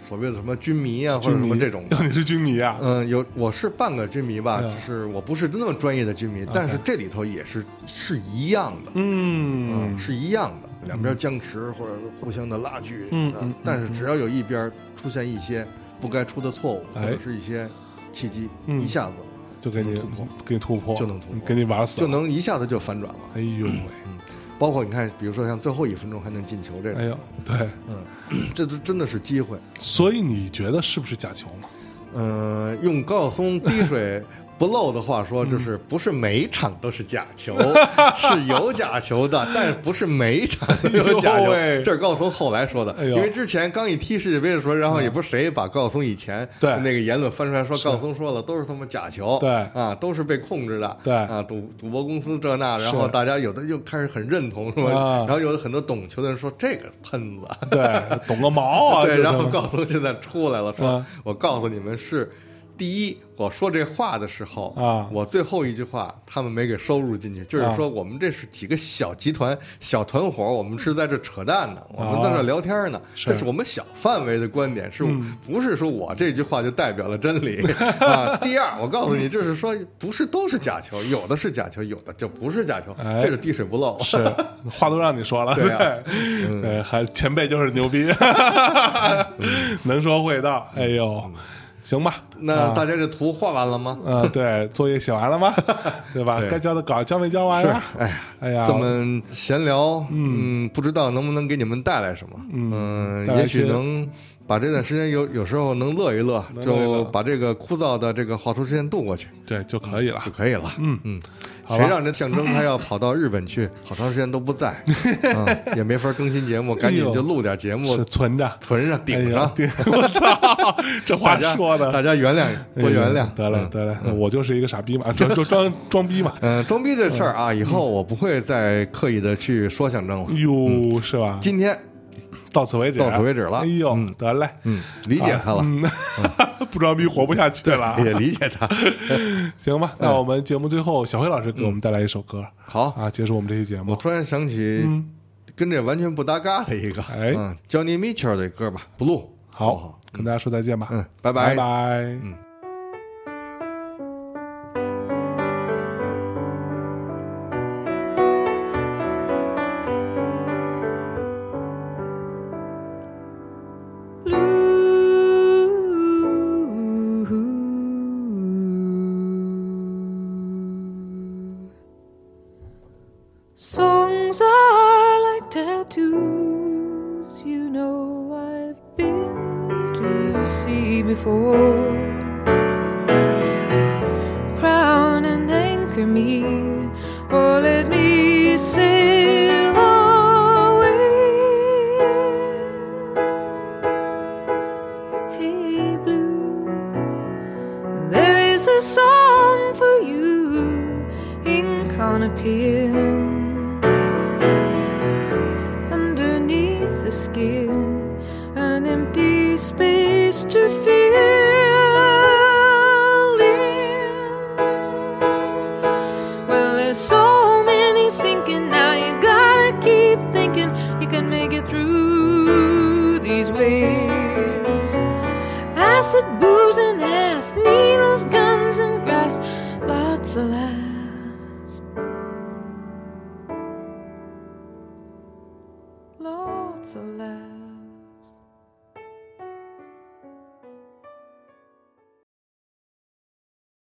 所谓的什么军迷啊，或者
军
什么
迷
这种的，
*laughs* 你是军迷啊？
嗯，有我是半个军迷吧，
嗯
就是我不是那么专业的军迷，但是这里头也是是一样的，
嗯，
是一样的，两边僵持或者互相的拉锯，
嗯
呃
嗯
但是只要有一边出现一些不该出的错误，
哎
或者是一些契机，
嗯
一下子
就给你
能突破
给你突破，
就能突破
给你玩死了，
就能嗯一下子就反转了。
哎呦喂，
包括你看，比如说像最后一分钟还能进球这
哎
种，
呦，对，
嗯， *clears throat* 这都真的是机会。
所以你觉得是不是假球嘛？
嗯，用高晓松滴水不漏的话
嗯
说，就是不是每场都是假
*laughs*
球，是有假球的，但不是每场都有假
哎呦
球。
喂
这是高晓松后来说的，
哎呦嗯
因为之前刚一踢世界杯的时候，然后也不是谁把高晓松以前
对
那个言论翻出来说，高晓松说了都是他妈假球，
对
啊，都是被控制的，
对
啊，赌赌博公司这那，然
是
后大家有的就开始很认同，是吧？
啊
然后有的很多懂球的人说这个喷子，啊
对，
*laughs*
懂个毛啊！
对，
这
然后
他妈
告诉现在出来了，说
啊
我告诉你们是第一，我说这话的时候
啊
我最后一句话他们没给收入进去，就是
啊
说我们这是几个小集团、小团伙，我们是在这扯淡呢，我们在这聊天呢，
啊是嗯
这是我们小范围的观点，是不是说我这句话就代表了
*laughs*
真理啊？第二，我告诉你，就是说不是都是假球，有的是假球，有的就不是假球，
哎
这是滴水不漏。
是话都让你说了，
*laughs* 对啊
对，对，还前辈就是牛逼，
嗯
*laughs* 能说会道，哎呦，行吧，
那大家这图画完了吗？
呃，对，作业写完
*laughs*
了吗？对吧？
对
该交的稿交没交完呀？
哎呀。
哎呀，
这么闲聊，嗯，不知道能不能给你们带来什么，嗯
带来
也
一些
许能把这段时间有有时候能乐一乐，
能乐一乐
就把这个枯燥的这个画图时间度过去
对就可以了
就，可以了。
嗯
嗯，
好吧
谁让这象征他要跑到日本去，好长时间都
*laughs*
不在，嗯，也没法更新节目，赶紧就录点节目
哎是存着，
存上
哎
顶
呀
上，，
顶， *laughs* 我操，这话
大家
说的
大。家原谅多原
哎
谅
呦，得嘞，得嘞，我就是一个傻逼嘛，装装
*laughs*
装装逼嘛，
嗯，装逼这事儿
嗯
啊，以后我不会再刻意的去说象征了。
哎哟，是吧？
今天
到此为止，
到此为止了
哎呦，
嗯
得嘞，
嗯，理解他了，
嗯， *laughs* 不装逼活不下去了啊。
也理解他。
行吧，那我们节目最后，小辉老师给我们带来一首歌
好，嗯
啊，结束我们这期节
我
目。
突然想起跟这完全不搭嘎的一个，
哎
嗯，Johnny Mitchell 的歌吧，《Blue》。不
好，跟大家说再见吧。
嗯，拜
拜
拜。
拜。
Blue. Songs are like tattoos, you know I've been to sea before. Crown and anchor me, or let me sail away. Hey, blue, there is a song for you in Conopin. Underneath the skin, an empty space to fill in. Well, there's so many sinking now, you gotta keep thinking you can make it through these waves acid, booze, and ass, needles, guns, and grass, lots of laughs. Lots of laughs.